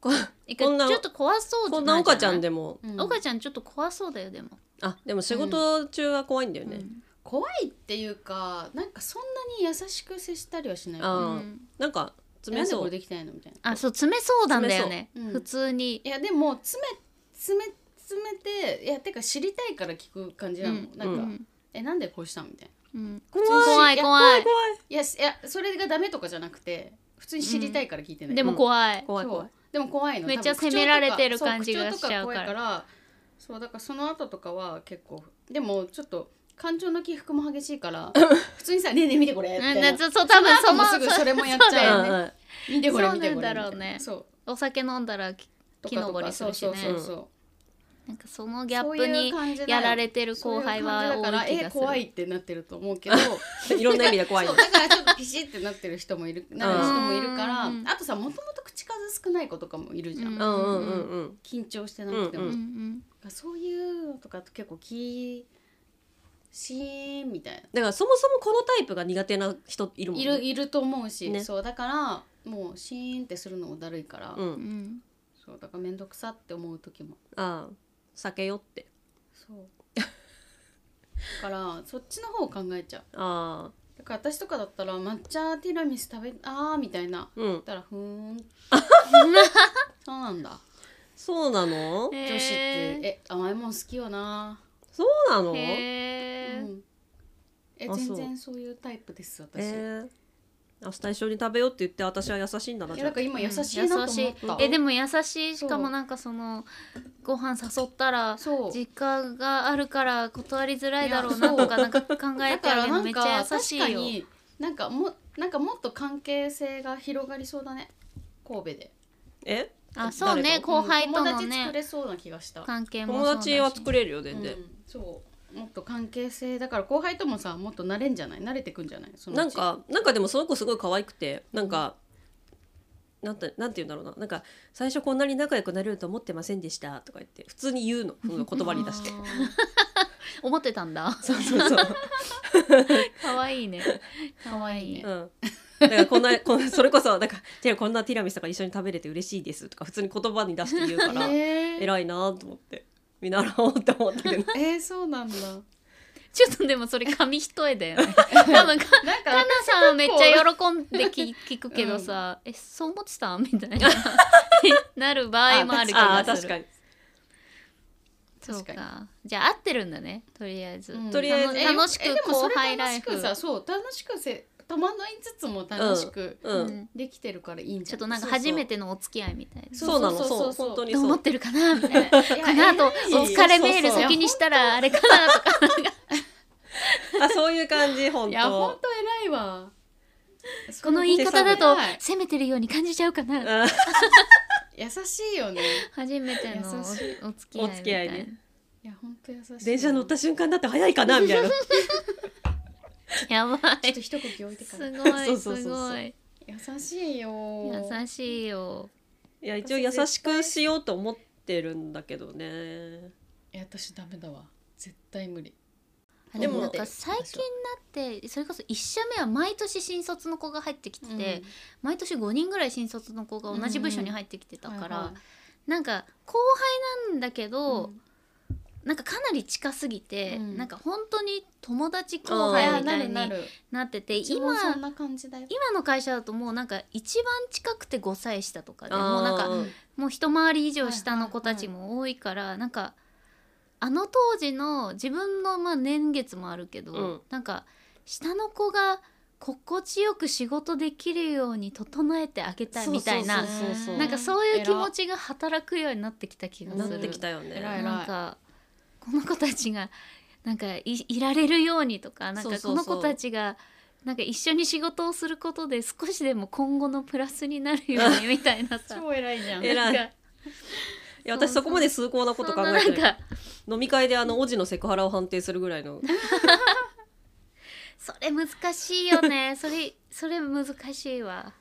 [SPEAKER 3] こ
[SPEAKER 2] えち
[SPEAKER 3] こんな
[SPEAKER 2] ょっと怖そう
[SPEAKER 3] こんな岡ちゃん
[SPEAKER 2] で、
[SPEAKER 3] でも
[SPEAKER 1] う
[SPEAKER 2] うんん、岡ちゃんちょっと怖そうだよでも、
[SPEAKER 3] あでも仕事中は怖いんだよね、
[SPEAKER 2] うん
[SPEAKER 1] 怖いっていうかなんかそんなに優しく接したりはしない
[SPEAKER 3] あ
[SPEAKER 1] か
[SPEAKER 3] ー
[SPEAKER 2] うん
[SPEAKER 3] なんか
[SPEAKER 1] ら
[SPEAKER 3] 詰
[SPEAKER 1] な
[SPEAKER 3] め
[SPEAKER 1] んで
[SPEAKER 3] そ
[SPEAKER 1] こ
[SPEAKER 3] う
[SPEAKER 1] れできないのみたいな
[SPEAKER 2] あそう詰めそうなんだよね、
[SPEAKER 1] 詰めそううん
[SPEAKER 2] 普通に
[SPEAKER 1] いやでも詰め詰め詰めていやてか知りたいから聞く感じなの、
[SPEAKER 2] う
[SPEAKER 1] なんか、
[SPEAKER 2] うん
[SPEAKER 1] えなんでこうしたんみたいな
[SPEAKER 2] うん、
[SPEAKER 3] 怖
[SPEAKER 2] 怖い
[SPEAKER 1] や
[SPEAKER 2] 怖い
[SPEAKER 1] いやいやそれがダメとかじゃなくて普通に知りたいから聞いてない、
[SPEAKER 2] でも怖い、
[SPEAKER 3] 怖い怖
[SPEAKER 1] そ
[SPEAKER 3] いう
[SPEAKER 1] でも怖いの
[SPEAKER 2] めっちゃ
[SPEAKER 1] 多分
[SPEAKER 2] 責められてる感じがしちゃうから
[SPEAKER 1] 口調とかそう口調とか怖いからそうだからその後とかは結構でもちょっと感情の起伏も激しいから 普通にさ「ねえねえ見てこれ」みたいな
[SPEAKER 2] うんそう多分
[SPEAKER 1] その後
[SPEAKER 2] その
[SPEAKER 1] もすぐそれもやっち
[SPEAKER 2] そう
[SPEAKER 1] ゃ
[SPEAKER 2] だ
[SPEAKER 1] う
[SPEAKER 2] よ
[SPEAKER 1] よね
[SPEAKER 3] うんうん
[SPEAKER 1] 見てこれ
[SPEAKER 2] そう
[SPEAKER 1] 見てこれ
[SPEAKER 2] なんだろうね
[SPEAKER 1] みたいなそう
[SPEAKER 2] お酒飲んだらき
[SPEAKER 1] とかとか
[SPEAKER 2] 木登りするしね
[SPEAKER 1] そうそうそうそう
[SPEAKER 2] なんかそのギャッ
[SPEAKER 1] そ
[SPEAKER 2] プ
[SPEAKER 1] うい
[SPEAKER 2] に
[SPEAKER 1] う感じだよ
[SPEAKER 2] やられてる後輩は
[SPEAKER 1] そういう感じだ
[SPEAKER 2] 多
[SPEAKER 1] から
[SPEAKER 2] い気
[SPEAKER 1] え
[SPEAKER 2] がする
[SPEAKER 1] 怖いってなってると思うけどそ
[SPEAKER 3] いろんな意味で怖いの
[SPEAKER 1] うだからちょっとピシってなってる人もいるなる人もいるから
[SPEAKER 2] うん
[SPEAKER 1] あとさもともと口数少ない子とかもいるじゃん、
[SPEAKER 2] うん
[SPEAKER 3] うんうんうんうん
[SPEAKER 1] 緊張してなくても、
[SPEAKER 3] うん
[SPEAKER 2] う
[SPEAKER 3] う
[SPEAKER 2] う
[SPEAKER 3] ん
[SPEAKER 2] ん
[SPEAKER 1] そういうのとかと結構気シーンみたい
[SPEAKER 3] だからそもそもこのタイプが苦手な人い
[SPEAKER 1] な
[SPEAKER 3] るもん
[SPEAKER 1] い
[SPEAKER 3] ね
[SPEAKER 1] るいると思うし、
[SPEAKER 3] ね
[SPEAKER 1] そうだからもうシーンってするのもだるいから、
[SPEAKER 3] う
[SPEAKER 2] うんん
[SPEAKER 1] そうだから面倒くさって思う時も
[SPEAKER 3] ああ避けようって
[SPEAKER 1] そうだからそっちの方を考えちゃう
[SPEAKER 3] ああ
[SPEAKER 1] だから私とかだったら抹茶ティラミス食べあーみたいな
[SPEAKER 3] うん
[SPEAKER 1] たらふー んそうなんだ
[SPEAKER 3] そうなの
[SPEAKER 1] 女子って
[SPEAKER 2] へー
[SPEAKER 1] え甘いもん好きよな、
[SPEAKER 3] そうなのえ
[SPEAKER 2] へ
[SPEAKER 1] う
[SPEAKER 2] ー
[SPEAKER 1] ん、え
[SPEAKER 3] あそ
[SPEAKER 1] 全
[SPEAKER 3] う
[SPEAKER 1] 然そういうタイプです私、
[SPEAKER 3] ー明日一緒に食べようって言って私は優しいんだないじ
[SPEAKER 1] やな
[SPEAKER 3] ゃ
[SPEAKER 1] ん
[SPEAKER 3] あ
[SPEAKER 1] か今優しいなと思っ
[SPEAKER 2] 優
[SPEAKER 1] た
[SPEAKER 2] しい、えでも優しいし
[SPEAKER 1] そう
[SPEAKER 2] かもなんかそのご飯誘ったら
[SPEAKER 1] そう
[SPEAKER 2] 実家があるから断りづらいだろう
[SPEAKER 1] い
[SPEAKER 2] な
[SPEAKER 1] や
[SPEAKER 2] とかなんか考
[SPEAKER 1] だ
[SPEAKER 2] えて
[SPEAKER 1] か
[SPEAKER 2] あ
[SPEAKER 1] ら
[SPEAKER 2] げ
[SPEAKER 1] な
[SPEAKER 2] るめ
[SPEAKER 1] ん
[SPEAKER 2] っちゃ
[SPEAKER 1] か
[SPEAKER 2] 優し
[SPEAKER 1] 確か
[SPEAKER 2] いよ
[SPEAKER 1] になんかもなんかもっと関係性が広がりそうだね神戸で
[SPEAKER 3] え
[SPEAKER 2] あそうね
[SPEAKER 3] 誰
[SPEAKER 2] 後輩と
[SPEAKER 1] うん
[SPEAKER 2] の
[SPEAKER 1] 友達作
[SPEAKER 2] ね
[SPEAKER 1] れそうな気がした、
[SPEAKER 2] 関係も
[SPEAKER 3] 友
[SPEAKER 2] そうだし
[SPEAKER 3] 達は作れるよ
[SPEAKER 1] う
[SPEAKER 3] 全然
[SPEAKER 1] ん、そうもっと関係性だから後輩ともさもっと慣れんじゃない慣れてくんじゃないそのうち
[SPEAKER 3] なんかなんかでもその子すごい可愛くてなんか、なんてなんて言うんだろうななんか最初こんなに仲良くなれると思ってませんでしたとか言って普通に言うのその言葉に出して
[SPEAKER 2] 思ってたんだ
[SPEAKER 3] そうそうそう、
[SPEAKER 2] 可愛いね可愛
[SPEAKER 1] 可愛
[SPEAKER 2] い
[SPEAKER 1] いね
[SPEAKER 3] うん、だからこんなこんそれこそなんかじゃあこんなティラミスとか一緒に食べれて嬉しいですとか普通に言葉に出して言うか
[SPEAKER 1] あ
[SPEAKER 3] ら、
[SPEAKER 1] ーえー、
[SPEAKER 3] 偉いなと思って見習おうと思ったけど
[SPEAKER 1] えー、そうなんだ
[SPEAKER 2] ちょっとでもそれ紙一重だよね多 分か
[SPEAKER 1] なん
[SPEAKER 2] かな
[SPEAKER 1] か
[SPEAKER 2] さんめっちゃ喜んでき聞くけどさ、えそう思ってたみたいな なる場合もある気
[SPEAKER 3] ああ
[SPEAKER 2] がす
[SPEAKER 3] 確
[SPEAKER 2] る
[SPEAKER 3] かに
[SPEAKER 2] そう
[SPEAKER 1] 確
[SPEAKER 2] かじゃあ合ってるんだねとりあえず、
[SPEAKER 1] うん
[SPEAKER 3] とりあえず
[SPEAKER 2] 楽楽しく
[SPEAKER 1] えでもそ
[SPEAKER 2] 後
[SPEAKER 1] れ
[SPEAKER 2] 輩ライ
[SPEAKER 1] 楽
[SPEAKER 2] フ
[SPEAKER 1] しくさそう楽しくせたまないつつも楽しく
[SPEAKER 3] うん、
[SPEAKER 2] うん
[SPEAKER 1] できてるからいいんじ
[SPEAKER 2] ち
[SPEAKER 1] ゃ
[SPEAKER 2] ょっ
[SPEAKER 1] ない、
[SPEAKER 2] となんか初めてのお付き合いみたいな
[SPEAKER 3] そうなのそう
[SPEAKER 1] そうそうそうそう
[SPEAKER 3] 本当に
[SPEAKER 2] どう
[SPEAKER 3] そ
[SPEAKER 2] 思
[SPEAKER 3] う
[SPEAKER 2] ってるかなみたいなこ
[SPEAKER 1] い
[SPEAKER 2] の
[SPEAKER 1] や
[SPEAKER 2] 後お疲れメール先にしたらあれかなとか
[SPEAKER 3] あそういう感じ本
[SPEAKER 1] いや本
[SPEAKER 3] 当
[SPEAKER 1] 当偉いわ
[SPEAKER 2] この言い方だと
[SPEAKER 1] 偉い
[SPEAKER 2] 責めてるように感じちゃうかな
[SPEAKER 3] うん
[SPEAKER 1] 優しいよね
[SPEAKER 2] 初めてのお
[SPEAKER 1] 優しい
[SPEAKER 2] お付き合いみ
[SPEAKER 3] お付き
[SPEAKER 2] た
[SPEAKER 3] 合い
[SPEAKER 2] いな
[SPEAKER 3] ね
[SPEAKER 1] いや本当優しい
[SPEAKER 3] 電車乗った瞬間だって早いかなみたいな
[SPEAKER 2] やば
[SPEAKER 1] ちょっ
[SPEAKER 2] い
[SPEAKER 1] と一呼吸置いてから
[SPEAKER 2] すご
[SPEAKER 3] そう
[SPEAKER 2] い
[SPEAKER 3] そうそうそう
[SPEAKER 2] すごい
[SPEAKER 1] 優しいよ
[SPEAKER 2] 優しいよ
[SPEAKER 3] いや一応優しくしようと思ってるんだけどね
[SPEAKER 1] いや私ダメだわ絶対無理
[SPEAKER 2] で
[SPEAKER 3] で
[SPEAKER 2] も
[SPEAKER 3] も
[SPEAKER 2] なんか最近になってそれこそ1社目は毎年新卒の子が入ってきてて、毎年5人ぐらい新卒の子が同じ部署に入ってきてたから、なんか後輩なんだけど、なんかかなり近すぎて、
[SPEAKER 1] うん
[SPEAKER 2] なんか本当に友達後
[SPEAKER 3] 後
[SPEAKER 1] い
[SPEAKER 2] 輩
[SPEAKER 1] や
[SPEAKER 2] み
[SPEAKER 1] な
[SPEAKER 2] たい
[SPEAKER 1] る
[SPEAKER 2] に
[SPEAKER 1] なる
[SPEAKER 2] なってて
[SPEAKER 1] 今
[SPEAKER 2] 今
[SPEAKER 1] そんな感じだよ
[SPEAKER 2] 今の会社だともうなんか一番近くて5歳下とかでもうなん
[SPEAKER 3] あ
[SPEAKER 2] か
[SPEAKER 3] ー
[SPEAKER 2] もう一回り以上下の子たちも多いから、なんかあの当時の自分のまあ年月もあるけど、
[SPEAKER 3] うん
[SPEAKER 2] なんか下の子が心地よく仕事できるように整えてあげたいみたいな
[SPEAKER 3] そうそうそうそう
[SPEAKER 2] なんかそういう気持ちが働くようになってきた気がす
[SPEAKER 3] な
[SPEAKER 2] る。
[SPEAKER 3] ってきたよね。
[SPEAKER 1] 偉い
[SPEAKER 2] なんかこの子たちがなんかいいられるようにとかなん
[SPEAKER 3] そう
[SPEAKER 2] か
[SPEAKER 3] そ
[SPEAKER 2] こ
[SPEAKER 3] うそ
[SPEAKER 2] の
[SPEAKER 3] う
[SPEAKER 2] 子たちがなんか一緒に仕事をすることで少しでも今後のプラスになるようにみたいなさ
[SPEAKER 1] 超偉いじゃん
[SPEAKER 3] え偉
[SPEAKER 2] な
[SPEAKER 3] い
[SPEAKER 2] ん か
[SPEAKER 3] いや私そこまで崇高なこと考
[SPEAKER 2] そん
[SPEAKER 3] え
[SPEAKER 2] なな
[SPEAKER 3] て
[SPEAKER 2] ん
[SPEAKER 3] ない。
[SPEAKER 2] か
[SPEAKER 3] 飲み会であのおじのセクハラを判定するぐらいの。
[SPEAKER 2] それ難しいよね それそれ難しいわ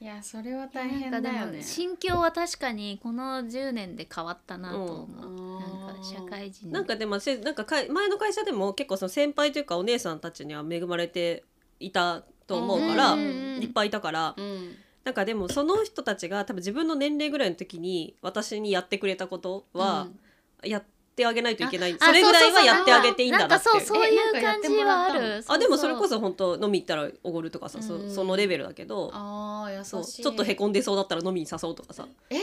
[SPEAKER 1] いやそれは大変だ
[SPEAKER 2] な
[SPEAKER 1] よ
[SPEAKER 2] んかで
[SPEAKER 1] ね
[SPEAKER 2] も心境は確かにこの10年で変わったなと
[SPEAKER 1] う
[SPEAKER 2] 思う、
[SPEAKER 1] ん
[SPEAKER 2] なんか社会人
[SPEAKER 3] なんかでもせなんかかい前の会社でも結構その先輩というかお姉さんたちには恵まれていたと思うから、
[SPEAKER 1] うんうん
[SPEAKER 3] いっぱいいたから、
[SPEAKER 1] うん
[SPEAKER 3] なんかでもその人たちが多分自分の年齢ぐらいの時に私にやってくれたことは
[SPEAKER 1] うん
[SPEAKER 3] やってあげないといけない、
[SPEAKER 2] あ
[SPEAKER 3] それぐらいは
[SPEAKER 2] そうそうそう
[SPEAKER 3] やってあげていいんだなっていう
[SPEAKER 2] なんかそうそういう感じは
[SPEAKER 1] えな
[SPEAKER 2] あ
[SPEAKER 1] んかやってもら
[SPEAKER 2] る
[SPEAKER 3] あでもそれこ
[SPEAKER 2] う
[SPEAKER 3] そ本当飲み行ったらおごるとかさ、そ
[SPEAKER 1] うん
[SPEAKER 3] そのレベルだけど
[SPEAKER 1] あー優し
[SPEAKER 3] そう
[SPEAKER 1] い
[SPEAKER 3] ちょっとへこんでそうだったら飲みに誘うとかさ
[SPEAKER 1] え優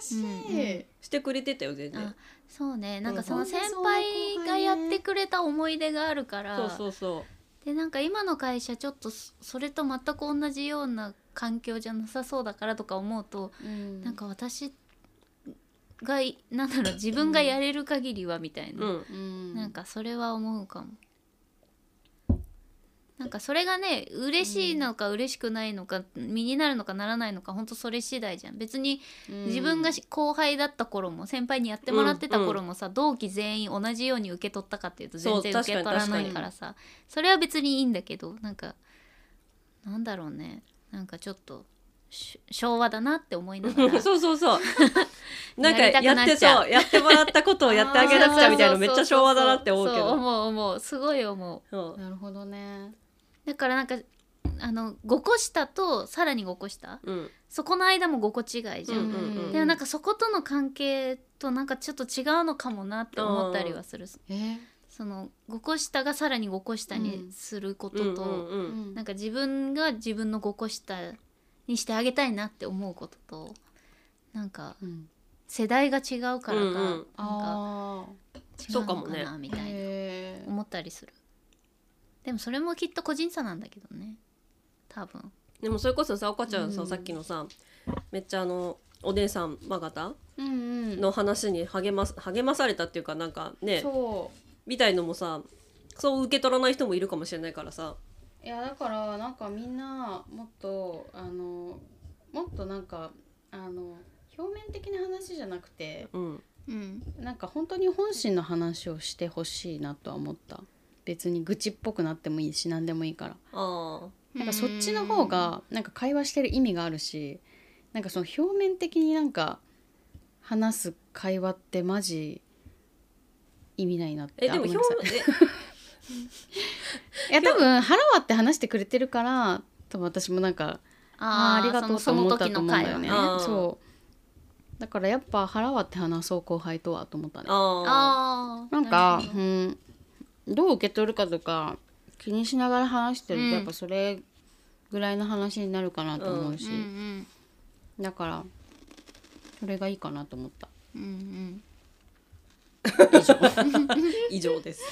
[SPEAKER 1] しい、
[SPEAKER 2] う
[SPEAKER 3] してくれてたよ全然
[SPEAKER 2] あそうねなんか
[SPEAKER 3] うん
[SPEAKER 2] その先輩がやってくれた思い出があるから、
[SPEAKER 3] そうそうそ
[SPEAKER 2] でなんか今の会社ちょっとそそれと全く同じような環境じゃなさそうだからとか思うと、
[SPEAKER 1] うん
[SPEAKER 2] なんか私がいなんだろう自分がやれる限りはみたいう
[SPEAKER 3] う
[SPEAKER 2] な、
[SPEAKER 3] ん
[SPEAKER 1] うん
[SPEAKER 2] なんかそれは思うかも。なんかそれがね嬉しいのか嬉しくないのか、身になるのかならないのか本当それ次第じゃん別に
[SPEAKER 1] うん
[SPEAKER 2] 自分がし後輩だった頃も先輩にやってもらってた頃もさ、同期全員同じように受け取ったかっていうと全然
[SPEAKER 3] そう
[SPEAKER 2] 受け取らない
[SPEAKER 1] 確かに
[SPEAKER 2] からさそれは別にいいんだけどなんかなんだろうねなんかちょっとし昭和だなって思いながら
[SPEAKER 3] そうそうそうなんか
[SPEAKER 2] やりたく
[SPEAKER 3] や
[SPEAKER 2] な
[SPEAKER 3] っ
[SPEAKER 2] ってちゃう
[SPEAKER 3] そうやってもらったことをやってあげなくち ゃみたいな
[SPEAKER 2] そう
[SPEAKER 3] めっ
[SPEAKER 2] そう
[SPEAKER 3] ち
[SPEAKER 2] そ
[SPEAKER 3] ゃ
[SPEAKER 2] うそう
[SPEAKER 3] 昭和だなって思うけ
[SPEAKER 2] そう
[SPEAKER 3] ど
[SPEAKER 2] 思う思うすごい思う
[SPEAKER 3] そう
[SPEAKER 1] なるほどね
[SPEAKER 2] だからなんかあの5個下とさらに5個下
[SPEAKER 3] うん
[SPEAKER 2] そこの間も5個違いじゃん、
[SPEAKER 3] うんうんうん
[SPEAKER 2] でもなんかそことの関係となんかちょっと違うのかもなって思ったりはする
[SPEAKER 1] えー
[SPEAKER 2] その5個下がさらに5個下
[SPEAKER 1] うん
[SPEAKER 2] にするこ
[SPEAKER 3] うん
[SPEAKER 2] と
[SPEAKER 3] う
[SPEAKER 2] と、
[SPEAKER 3] んう
[SPEAKER 1] うんん
[SPEAKER 2] なんか自分が自分の5個下にしてあげたいなって思うこととなんか
[SPEAKER 1] うん
[SPEAKER 2] 世代が違うからか、
[SPEAKER 3] うんうん
[SPEAKER 2] なんか
[SPEAKER 1] あ
[SPEAKER 2] 違
[SPEAKER 3] そううか
[SPEAKER 2] の
[SPEAKER 3] も
[SPEAKER 2] か
[SPEAKER 3] ね
[SPEAKER 2] なみ
[SPEAKER 1] あ
[SPEAKER 2] たいな
[SPEAKER 1] へえ
[SPEAKER 2] 思ったりするでもそれもきっと個人差なんだけどね多分
[SPEAKER 3] でもそれこそさおかちゃんさ、
[SPEAKER 1] うん
[SPEAKER 3] さっきのさめっちゃあのお姉さんまがた
[SPEAKER 1] うんうん
[SPEAKER 3] の話に励ます励まされたっていうかなんかね
[SPEAKER 1] そ
[SPEAKER 3] みたいのもさそう受け取らない人もいるかもしれないからさ
[SPEAKER 1] ういやだからなんかみんなもっとあのもっとなんかあの表面的な話じゃなくて
[SPEAKER 3] うん
[SPEAKER 2] うん
[SPEAKER 1] なんか本当に本心の話をしてほしいなとは思った別に愚痴っぽくなってもいいし何でもいいから
[SPEAKER 3] あ
[SPEAKER 1] なんかそっちの方がなんか会話してる意味があるしなんかその表面的になんか話す会話ってマジ意味ないなって
[SPEAKER 3] えでも
[SPEAKER 1] あごめん
[SPEAKER 3] 表
[SPEAKER 1] なさい
[SPEAKER 3] え
[SPEAKER 1] いや多分腹割って話してくれてるから多分私もなんかああーありがとうと
[SPEAKER 2] その
[SPEAKER 1] 思っ
[SPEAKER 2] そ
[SPEAKER 1] た
[SPEAKER 2] の時
[SPEAKER 1] と
[SPEAKER 2] の
[SPEAKER 1] 思うんだよね
[SPEAKER 2] 会話
[SPEAKER 3] あー
[SPEAKER 1] そうだからやっぱ腹割って話そう後輩とはと思ったね
[SPEAKER 3] ああ
[SPEAKER 2] あ
[SPEAKER 1] な
[SPEAKER 2] ー
[SPEAKER 1] んか
[SPEAKER 2] る
[SPEAKER 1] う
[SPEAKER 2] ほど
[SPEAKER 1] んどう受け取るかとか気にしながら話してると、
[SPEAKER 2] うん
[SPEAKER 1] やっぱそれぐらいの話になるかなと思うし、
[SPEAKER 2] うんうん
[SPEAKER 1] だからそれがいいかなと思 った
[SPEAKER 2] うんうん
[SPEAKER 3] 以上です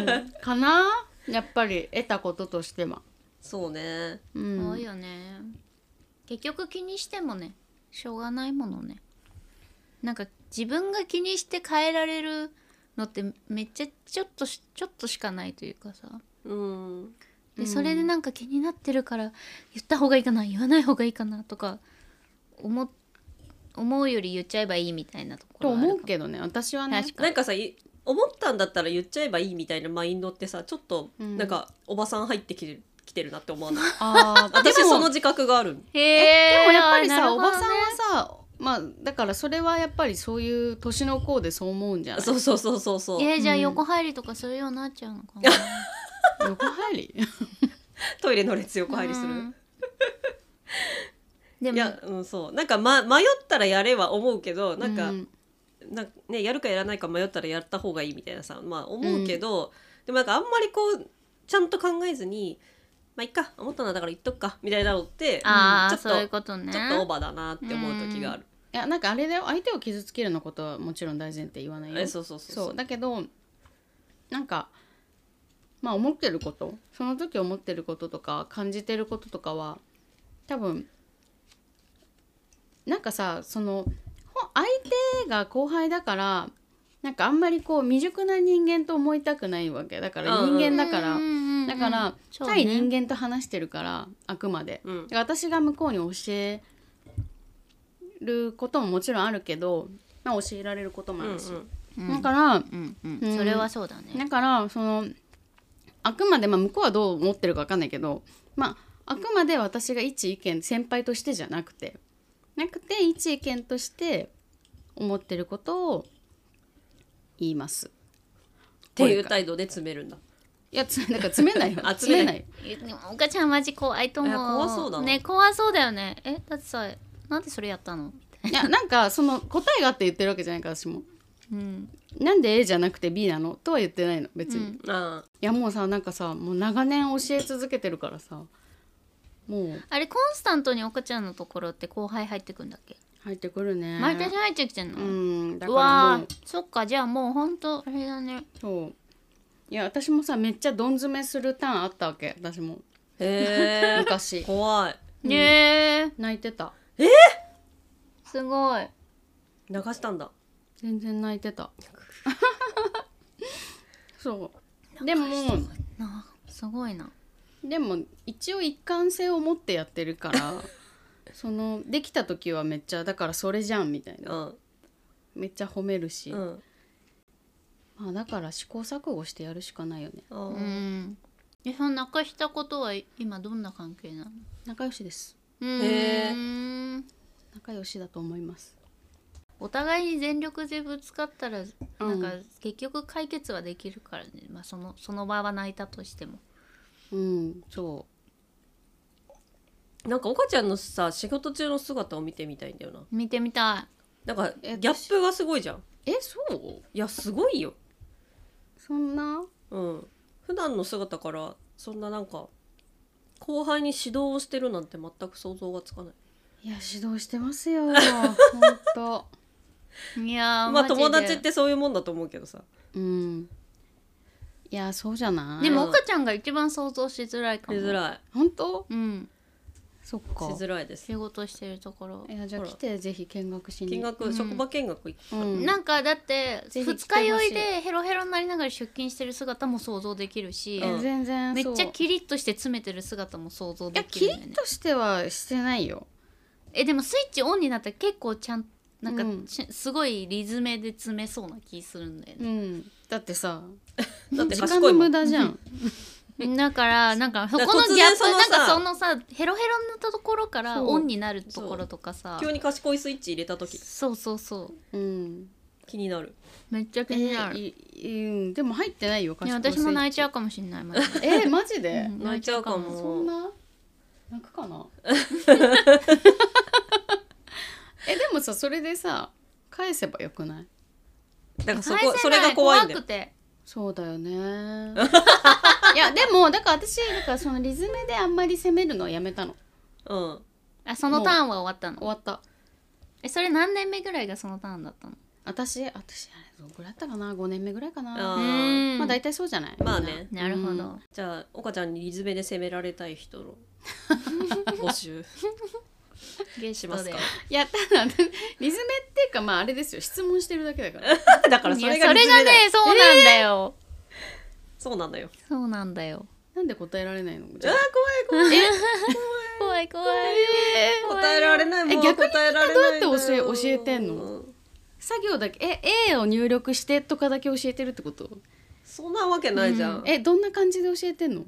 [SPEAKER 1] かなやっぱり得たこととしては
[SPEAKER 3] そうね
[SPEAKER 1] うん
[SPEAKER 2] 多いよね結局気にしてもねしょうがないものねなんか自分が気にして変えられるのってめっちゃちょっとしちょっとしかないというかさ
[SPEAKER 3] うん
[SPEAKER 1] う
[SPEAKER 2] で
[SPEAKER 1] ん
[SPEAKER 2] それでなんか気になってるから言った方がいいかな言わない方がいいかなとか思っ思うより言っちゃえばいいみたいなとことろはある
[SPEAKER 1] 思う
[SPEAKER 2] かも
[SPEAKER 1] けどね私はね
[SPEAKER 2] 確
[SPEAKER 3] なんかさい思ったんだったら言っちゃえばいいみたいなマインドってさちょっと
[SPEAKER 1] うん
[SPEAKER 3] なんかおばさん入ってきてる来てるなって思わない
[SPEAKER 1] あーで
[SPEAKER 3] 私そ
[SPEAKER 1] も
[SPEAKER 3] の自覚がある
[SPEAKER 2] へえ
[SPEAKER 1] でもやっぱり
[SPEAKER 2] な
[SPEAKER 1] さ、
[SPEAKER 2] る
[SPEAKER 1] お
[SPEAKER 2] ほ
[SPEAKER 1] ば
[SPEAKER 2] ど
[SPEAKER 1] さん
[SPEAKER 2] ね
[SPEAKER 1] はさまあだからそれはやっぱりそういう年の子でそう思うんじゃない
[SPEAKER 3] そうそうそうそうそう
[SPEAKER 2] えーじゃあ
[SPEAKER 1] うん
[SPEAKER 2] 横入りとかするようになっちゃうのかな
[SPEAKER 1] 横入り
[SPEAKER 3] トイレの列横入りす る、
[SPEAKER 2] うんで
[SPEAKER 3] い
[SPEAKER 2] も
[SPEAKER 3] や、うん、そうなんか、ま、迷ったらやれは思うけどなんか、
[SPEAKER 1] う
[SPEAKER 3] なんかね、やるかやらないか迷ったらやった方がいいみたいなさ、まあ、思うけど、でもなんかあんまりこうちゃんと考えずに「まあいっか思ったんだから言っとくか」みたいなのって、
[SPEAKER 2] ああ
[SPEAKER 3] ちょっと
[SPEAKER 2] そういうことね
[SPEAKER 3] ちょっとオーバーだなって思う時がある。
[SPEAKER 1] いやなんかあれだよ相手を傷つけるのことはもちろん大前提言わないよ
[SPEAKER 3] えそうそうそうそう
[SPEAKER 1] そうだけどなんかまあ思ってることその時思ってることとか感じてることとかは多分なんかさそのほ相手が後輩だからなんかあんまりこう未熟な人間と思いたくないわけだから
[SPEAKER 3] うんうん
[SPEAKER 1] 人間だから、
[SPEAKER 2] うんうんうん
[SPEAKER 1] だから、
[SPEAKER 2] そうね
[SPEAKER 1] 対人間と話してるからあくまで、
[SPEAKER 3] うん
[SPEAKER 1] だから私が向こうに教えることももちろんあるけど、まあ、教えられることもあるし、
[SPEAKER 2] うん
[SPEAKER 1] だから
[SPEAKER 2] うんうん
[SPEAKER 1] うん
[SPEAKER 2] それはそうだね
[SPEAKER 1] だからそのあくまで、まあ、向こうはどう思ってるか分かんないけど、まあ、あくまで私が一意見先輩としてじゃなくてなくて一意見として思ってることを言います。
[SPEAKER 3] っていう態度で詰めるんだ。
[SPEAKER 1] いやつ なんか詰めないよ
[SPEAKER 3] あ
[SPEAKER 1] 詰
[SPEAKER 3] 詰
[SPEAKER 1] め
[SPEAKER 3] め
[SPEAKER 1] な
[SPEAKER 3] ないい
[SPEAKER 2] えでも岡ちゃんマジ怖いと思う
[SPEAKER 3] いや怖そうだな
[SPEAKER 2] ね怖そうだよねえだってさなんでそれやったのみたい
[SPEAKER 1] いやなんかその答えがあって言ってるわけじゃないから私も
[SPEAKER 2] なうん
[SPEAKER 1] なんで A じゃなくて B なのとは言ってないの別に、
[SPEAKER 2] うん
[SPEAKER 1] い
[SPEAKER 3] あ
[SPEAKER 1] やもうさなんかさもう長年教え続けてるからさもう
[SPEAKER 2] あれコンスタントに岡ちゃんのところって後輩入ってくんだっけ
[SPEAKER 1] 入ってくるね
[SPEAKER 2] 毎年入ってきてんの
[SPEAKER 1] うんだ
[SPEAKER 2] う
[SPEAKER 1] から
[SPEAKER 2] わ
[SPEAKER 1] もう
[SPEAKER 2] ーそっかじゃあもうほんとあれだね
[SPEAKER 1] そういや私もさめっちゃどん詰めするターンあったわけ私も
[SPEAKER 3] ーへえ
[SPEAKER 1] 昔
[SPEAKER 3] 怖い
[SPEAKER 2] ねえ
[SPEAKER 1] 泣いてた
[SPEAKER 2] すごい
[SPEAKER 3] 流したんだ。
[SPEAKER 1] 全然泣いて たそうでも
[SPEAKER 2] なすごいな
[SPEAKER 1] でも一応一貫性を持ってやってるからそのできた時はめっちゃだからそれじゃんみたいな
[SPEAKER 3] うん
[SPEAKER 1] めっちゃ褒めるし、
[SPEAKER 3] うん
[SPEAKER 1] まあだから試行錯誤してやるしかないよね
[SPEAKER 3] あ
[SPEAKER 2] う
[SPEAKER 3] ー
[SPEAKER 2] んえその泣かしたことは今どんな関係なの
[SPEAKER 1] 仲良しです
[SPEAKER 2] うーん、
[SPEAKER 3] へ
[SPEAKER 1] 仲良しだと思います
[SPEAKER 2] お互いに全力でぶつかったらなんか
[SPEAKER 1] う
[SPEAKER 2] 結局解決はできるからね、まあ、そのその場は泣いたとしても
[SPEAKER 1] うんそ
[SPEAKER 3] なんか岡ちゃんのさ仕事中の姿を見てみたいんだよな。
[SPEAKER 2] 見てみた
[SPEAKER 3] なんかギ
[SPEAKER 1] え
[SPEAKER 3] ャップがすごいじゃん。
[SPEAKER 1] うえそう
[SPEAKER 3] いやすごいよ。
[SPEAKER 1] そんな
[SPEAKER 3] うん、普段の姿からそんななんか後輩に指導をしてるなんて全く想像がつかない
[SPEAKER 1] いや指導してます よ本当
[SPEAKER 2] いいやー
[SPEAKER 3] まあ
[SPEAKER 2] マジで
[SPEAKER 3] 友達ってそういうもんだと思うけどさ
[SPEAKER 1] うんいやそうじゃない
[SPEAKER 2] でも岡ちゃんが一番想像しづらいか
[SPEAKER 3] し
[SPEAKER 2] も
[SPEAKER 3] づら
[SPEAKER 1] 本当
[SPEAKER 2] うん
[SPEAKER 1] そっ
[SPEAKER 3] い
[SPEAKER 1] か
[SPEAKER 3] しづらいです
[SPEAKER 2] 仕事してるところ
[SPEAKER 1] いやじゃあ
[SPEAKER 3] ほら
[SPEAKER 1] 来てぜひ見学しに
[SPEAKER 3] 見学、
[SPEAKER 2] うん
[SPEAKER 3] 職場見学行く
[SPEAKER 1] うん
[SPEAKER 2] なんかだって
[SPEAKER 1] ぜひ来てほしい
[SPEAKER 2] 二日酔いでヘロヘロになりながら出勤してる姿も想像できるし、
[SPEAKER 1] え全然
[SPEAKER 2] めっ
[SPEAKER 1] そう
[SPEAKER 2] ちゃキリッとして詰めてる姿も想像
[SPEAKER 1] いや
[SPEAKER 2] で
[SPEAKER 1] キ
[SPEAKER 2] きる
[SPEAKER 1] リ
[SPEAKER 2] よね
[SPEAKER 1] ッとしてはしてないよ
[SPEAKER 2] えでもスイッチオンになったら結構ちゃんなんか、
[SPEAKER 1] うん
[SPEAKER 2] しすごいリズメで詰めそうな気するんだよ
[SPEAKER 1] う
[SPEAKER 2] ね、
[SPEAKER 1] んだってさ
[SPEAKER 3] だって
[SPEAKER 1] 時間
[SPEAKER 3] 賢
[SPEAKER 1] の
[SPEAKER 3] いも
[SPEAKER 1] 無
[SPEAKER 3] ん
[SPEAKER 1] 駄じゃん
[SPEAKER 2] だからなんかそこの
[SPEAKER 3] 突然
[SPEAKER 2] ギャップ
[SPEAKER 3] その
[SPEAKER 2] なん
[SPEAKER 3] さ
[SPEAKER 2] かそのさヘロヘロになったところから
[SPEAKER 1] そう
[SPEAKER 2] オンになるところとかさ
[SPEAKER 3] 急に賢いスイッチ入れた時
[SPEAKER 2] そうそうそう
[SPEAKER 1] うん
[SPEAKER 3] 気になる
[SPEAKER 2] めっちゃ気になる、
[SPEAKER 1] えいいうんでも入ってないよ
[SPEAKER 2] いや
[SPEAKER 1] 賢い
[SPEAKER 2] 私も泣いちゃうかもしんないマ ジで
[SPEAKER 1] スイッチえマジで
[SPEAKER 2] うん
[SPEAKER 3] 泣いちゃうかも
[SPEAKER 1] そんな泣くか なえでもさそれでさ返せばよくない
[SPEAKER 3] だからそ
[SPEAKER 2] 返せ
[SPEAKER 3] こ
[SPEAKER 2] ない
[SPEAKER 3] それが怖いんだよ
[SPEAKER 2] 怖くて
[SPEAKER 1] そうだよ ねいやでもだから私だからそのリズムであんまり攻めるのはやめたの
[SPEAKER 3] うん
[SPEAKER 2] あそのターンは終わった
[SPEAKER 1] 終
[SPEAKER 2] の
[SPEAKER 1] わった
[SPEAKER 2] えそれ何年目ぐらいがそのターンだったの
[SPEAKER 1] 私私あれどんぐらいだったかな5年目ぐらいかな
[SPEAKER 3] あ
[SPEAKER 2] う
[SPEAKER 3] ー
[SPEAKER 2] ん
[SPEAKER 1] まあ大体そうじゃない
[SPEAKER 3] まあ
[SPEAKER 1] みんな
[SPEAKER 3] ね
[SPEAKER 2] なるほ
[SPEAKER 1] う
[SPEAKER 2] ど
[SPEAKER 1] ん、
[SPEAKER 3] じゃあ岡ちゃんにリズメで攻められたい人の募集
[SPEAKER 2] ゲ
[SPEAKER 3] し
[SPEAKER 2] ス
[SPEAKER 3] ま
[SPEAKER 2] ト
[SPEAKER 3] す
[SPEAKER 2] で
[SPEAKER 3] か
[SPEAKER 1] いやただリズムっていうかまああれですよ質問してるだけだから
[SPEAKER 3] だから
[SPEAKER 2] い
[SPEAKER 3] そ
[SPEAKER 2] や
[SPEAKER 3] れ
[SPEAKER 2] そ
[SPEAKER 3] がリ
[SPEAKER 2] れ
[SPEAKER 3] ズ
[SPEAKER 2] が
[SPEAKER 3] メ
[SPEAKER 2] ね
[SPEAKER 3] だよ、
[SPEAKER 2] そうなんだよ、
[SPEAKER 3] そうなんだよ
[SPEAKER 2] そうなんだよ
[SPEAKER 1] なんで答えられないの
[SPEAKER 3] あ
[SPEAKER 1] じ
[SPEAKER 3] ー
[SPEAKER 1] ゃあ
[SPEAKER 3] 怖い怖い
[SPEAKER 2] 怖い怖い
[SPEAKER 3] 答えられないもん
[SPEAKER 1] え逆に
[SPEAKER 3] 答えられないんだよ
[SPEAKER 1] どうやって教え教えてんの作業だけえ A を入力してとかだけ教えてるってこと
[SPEAKER 3] そんなわけないじゃん、
[SPEAKER 2] う
[SPEAKER 1] えどんな感じで教えてんの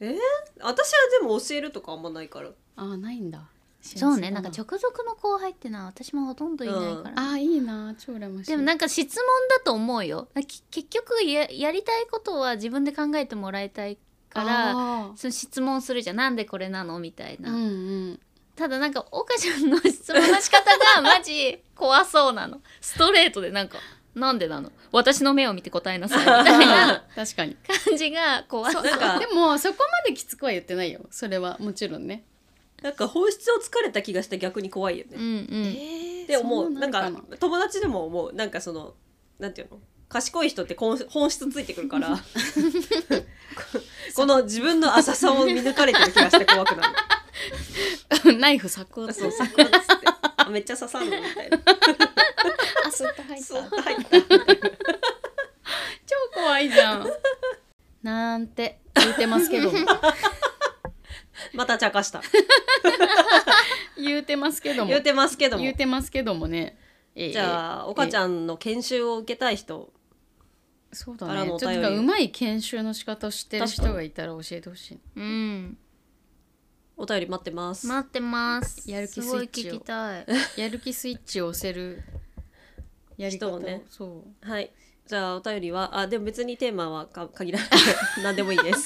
[SPEAKER 3] えー私はでも教えるとかあんまないから
[SPEAKER 1] あーないんだ
[SPEAKER 2] そうねなんか直属の後輩ってのは私もほとんどいないから、
[SPEAKER 1] ああいいな超羨ましい
[SPEAKER 2] でもなんか質問だと思うよき結局ややりたいことは自分で考えてもらいたいから
[SPEAKER 1] あ
[SPEAKER 2] その質問するじゃんなんでこれなのみたい
[SPEAKER 1] ー
[SPEAKER 2] な、
[SPEAKER 1] うんうん
[SPEAKER 2] ただなんか岡ちゃんの質問の仕方がマジ怖そうな のストレートでなんか「なんでなの私の目を見て答え なさい」みたいな
[SPEAKER 1] 確かに
[SPEAKER 2] 感じが怖そう
[SPEAKER 1] そう
[SPEAKER 3] なんか
[SPEAKER 1] でもそこまできつくは言ってないよそれはもちろんね、
[SPEAKER 3] なんか本質を突かれた気がして逆に怖いよ
[SPEAKER 2] う
[SPEAKER 3] ね。
[SPEAKER 2] んうん
[SPEAKER 1] え
[SPEAKER 3] で思うな
[SPEAKER 1] る
[SPEAKER 3] んか友達でも思うなんかそのなんていうの賢い人ってこん本質ついてくるからこ この自分の浅さを見抜かれてる気がして怖くな る。
[SPEAKER 1] ナイフサクッと
[SPEAKER 3] そうサクッつってあめっちゃ刺さるみたいな。
[SPEAKER 2] あそっと入っ
[SPEAKER 3] そう
[SPEAKER 2] た
[SPEAKER 3] 入った。
[SPEAKER 1] 超怖いじゃんなんて言ってますけども
[SPEAKER 3] また茶化した。
[SPEAKER 1] 言うてますけども
[SPEAKER 3] 言うてますけど
[SPEAKER 1] 言
[SPEAKER 3] も
[SPEAKER 1] う。てますけどもねええ
[SPEAKER 3] じゃあ岡ちゃんの研修を受けたい人。
[SPEAKER 1] そうだ
[SPEAKER 3] から
[SPEAKER 1] ね
[SPEAKER 3] のお
[SPEAKER 1] ちょ
[SPEAKER 3] 便
[SPEAKER 1] っ
[SPEAKER 3] り
[SPEAKER 1] とうまい研修の仕方を知ってる人がいたら教えてほし
[SPEAKER 2] うん
[SPEAKER 3] お便り待ってます。
[SPEAKER 2] 待ってます
[SPEAKER 1] やる気スイ
[SPEAKER 2] すごい
[SPEAKER 1] ッチを
[SPEAKER 2] 聞きたい
[SPEAKER 1] いやる気スイッチを押せるやり方
[SPEAKER 3] 人をね
[SPEAKER 1] そう
[SPEAKER 3] はい。じゃあお便りはあでも別にテーマはか 限らない何でもいいです。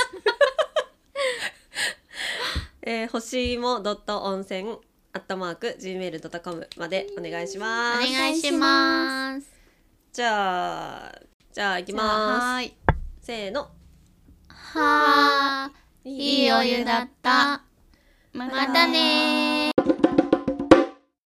[SPEAKER 3] えー、星もドット温泉アットマーク gmail ドットコムまでお願いし
[SPEAKER 2] お
[SPEAKER 3] ます。
[SPEAKER 2] 願いします
[SPEAKER 3] じゃあじゃあ行き
[SPEAKER 1] じゃあ
[SPEAKER 3] ま
[SPEAKER 1] は
[SPEAKER 3] す。
[SPEAKER 1] ーい
[SPEAKER 3] せーの。
[SPEAKER 2] はあいいお湯だったまたねー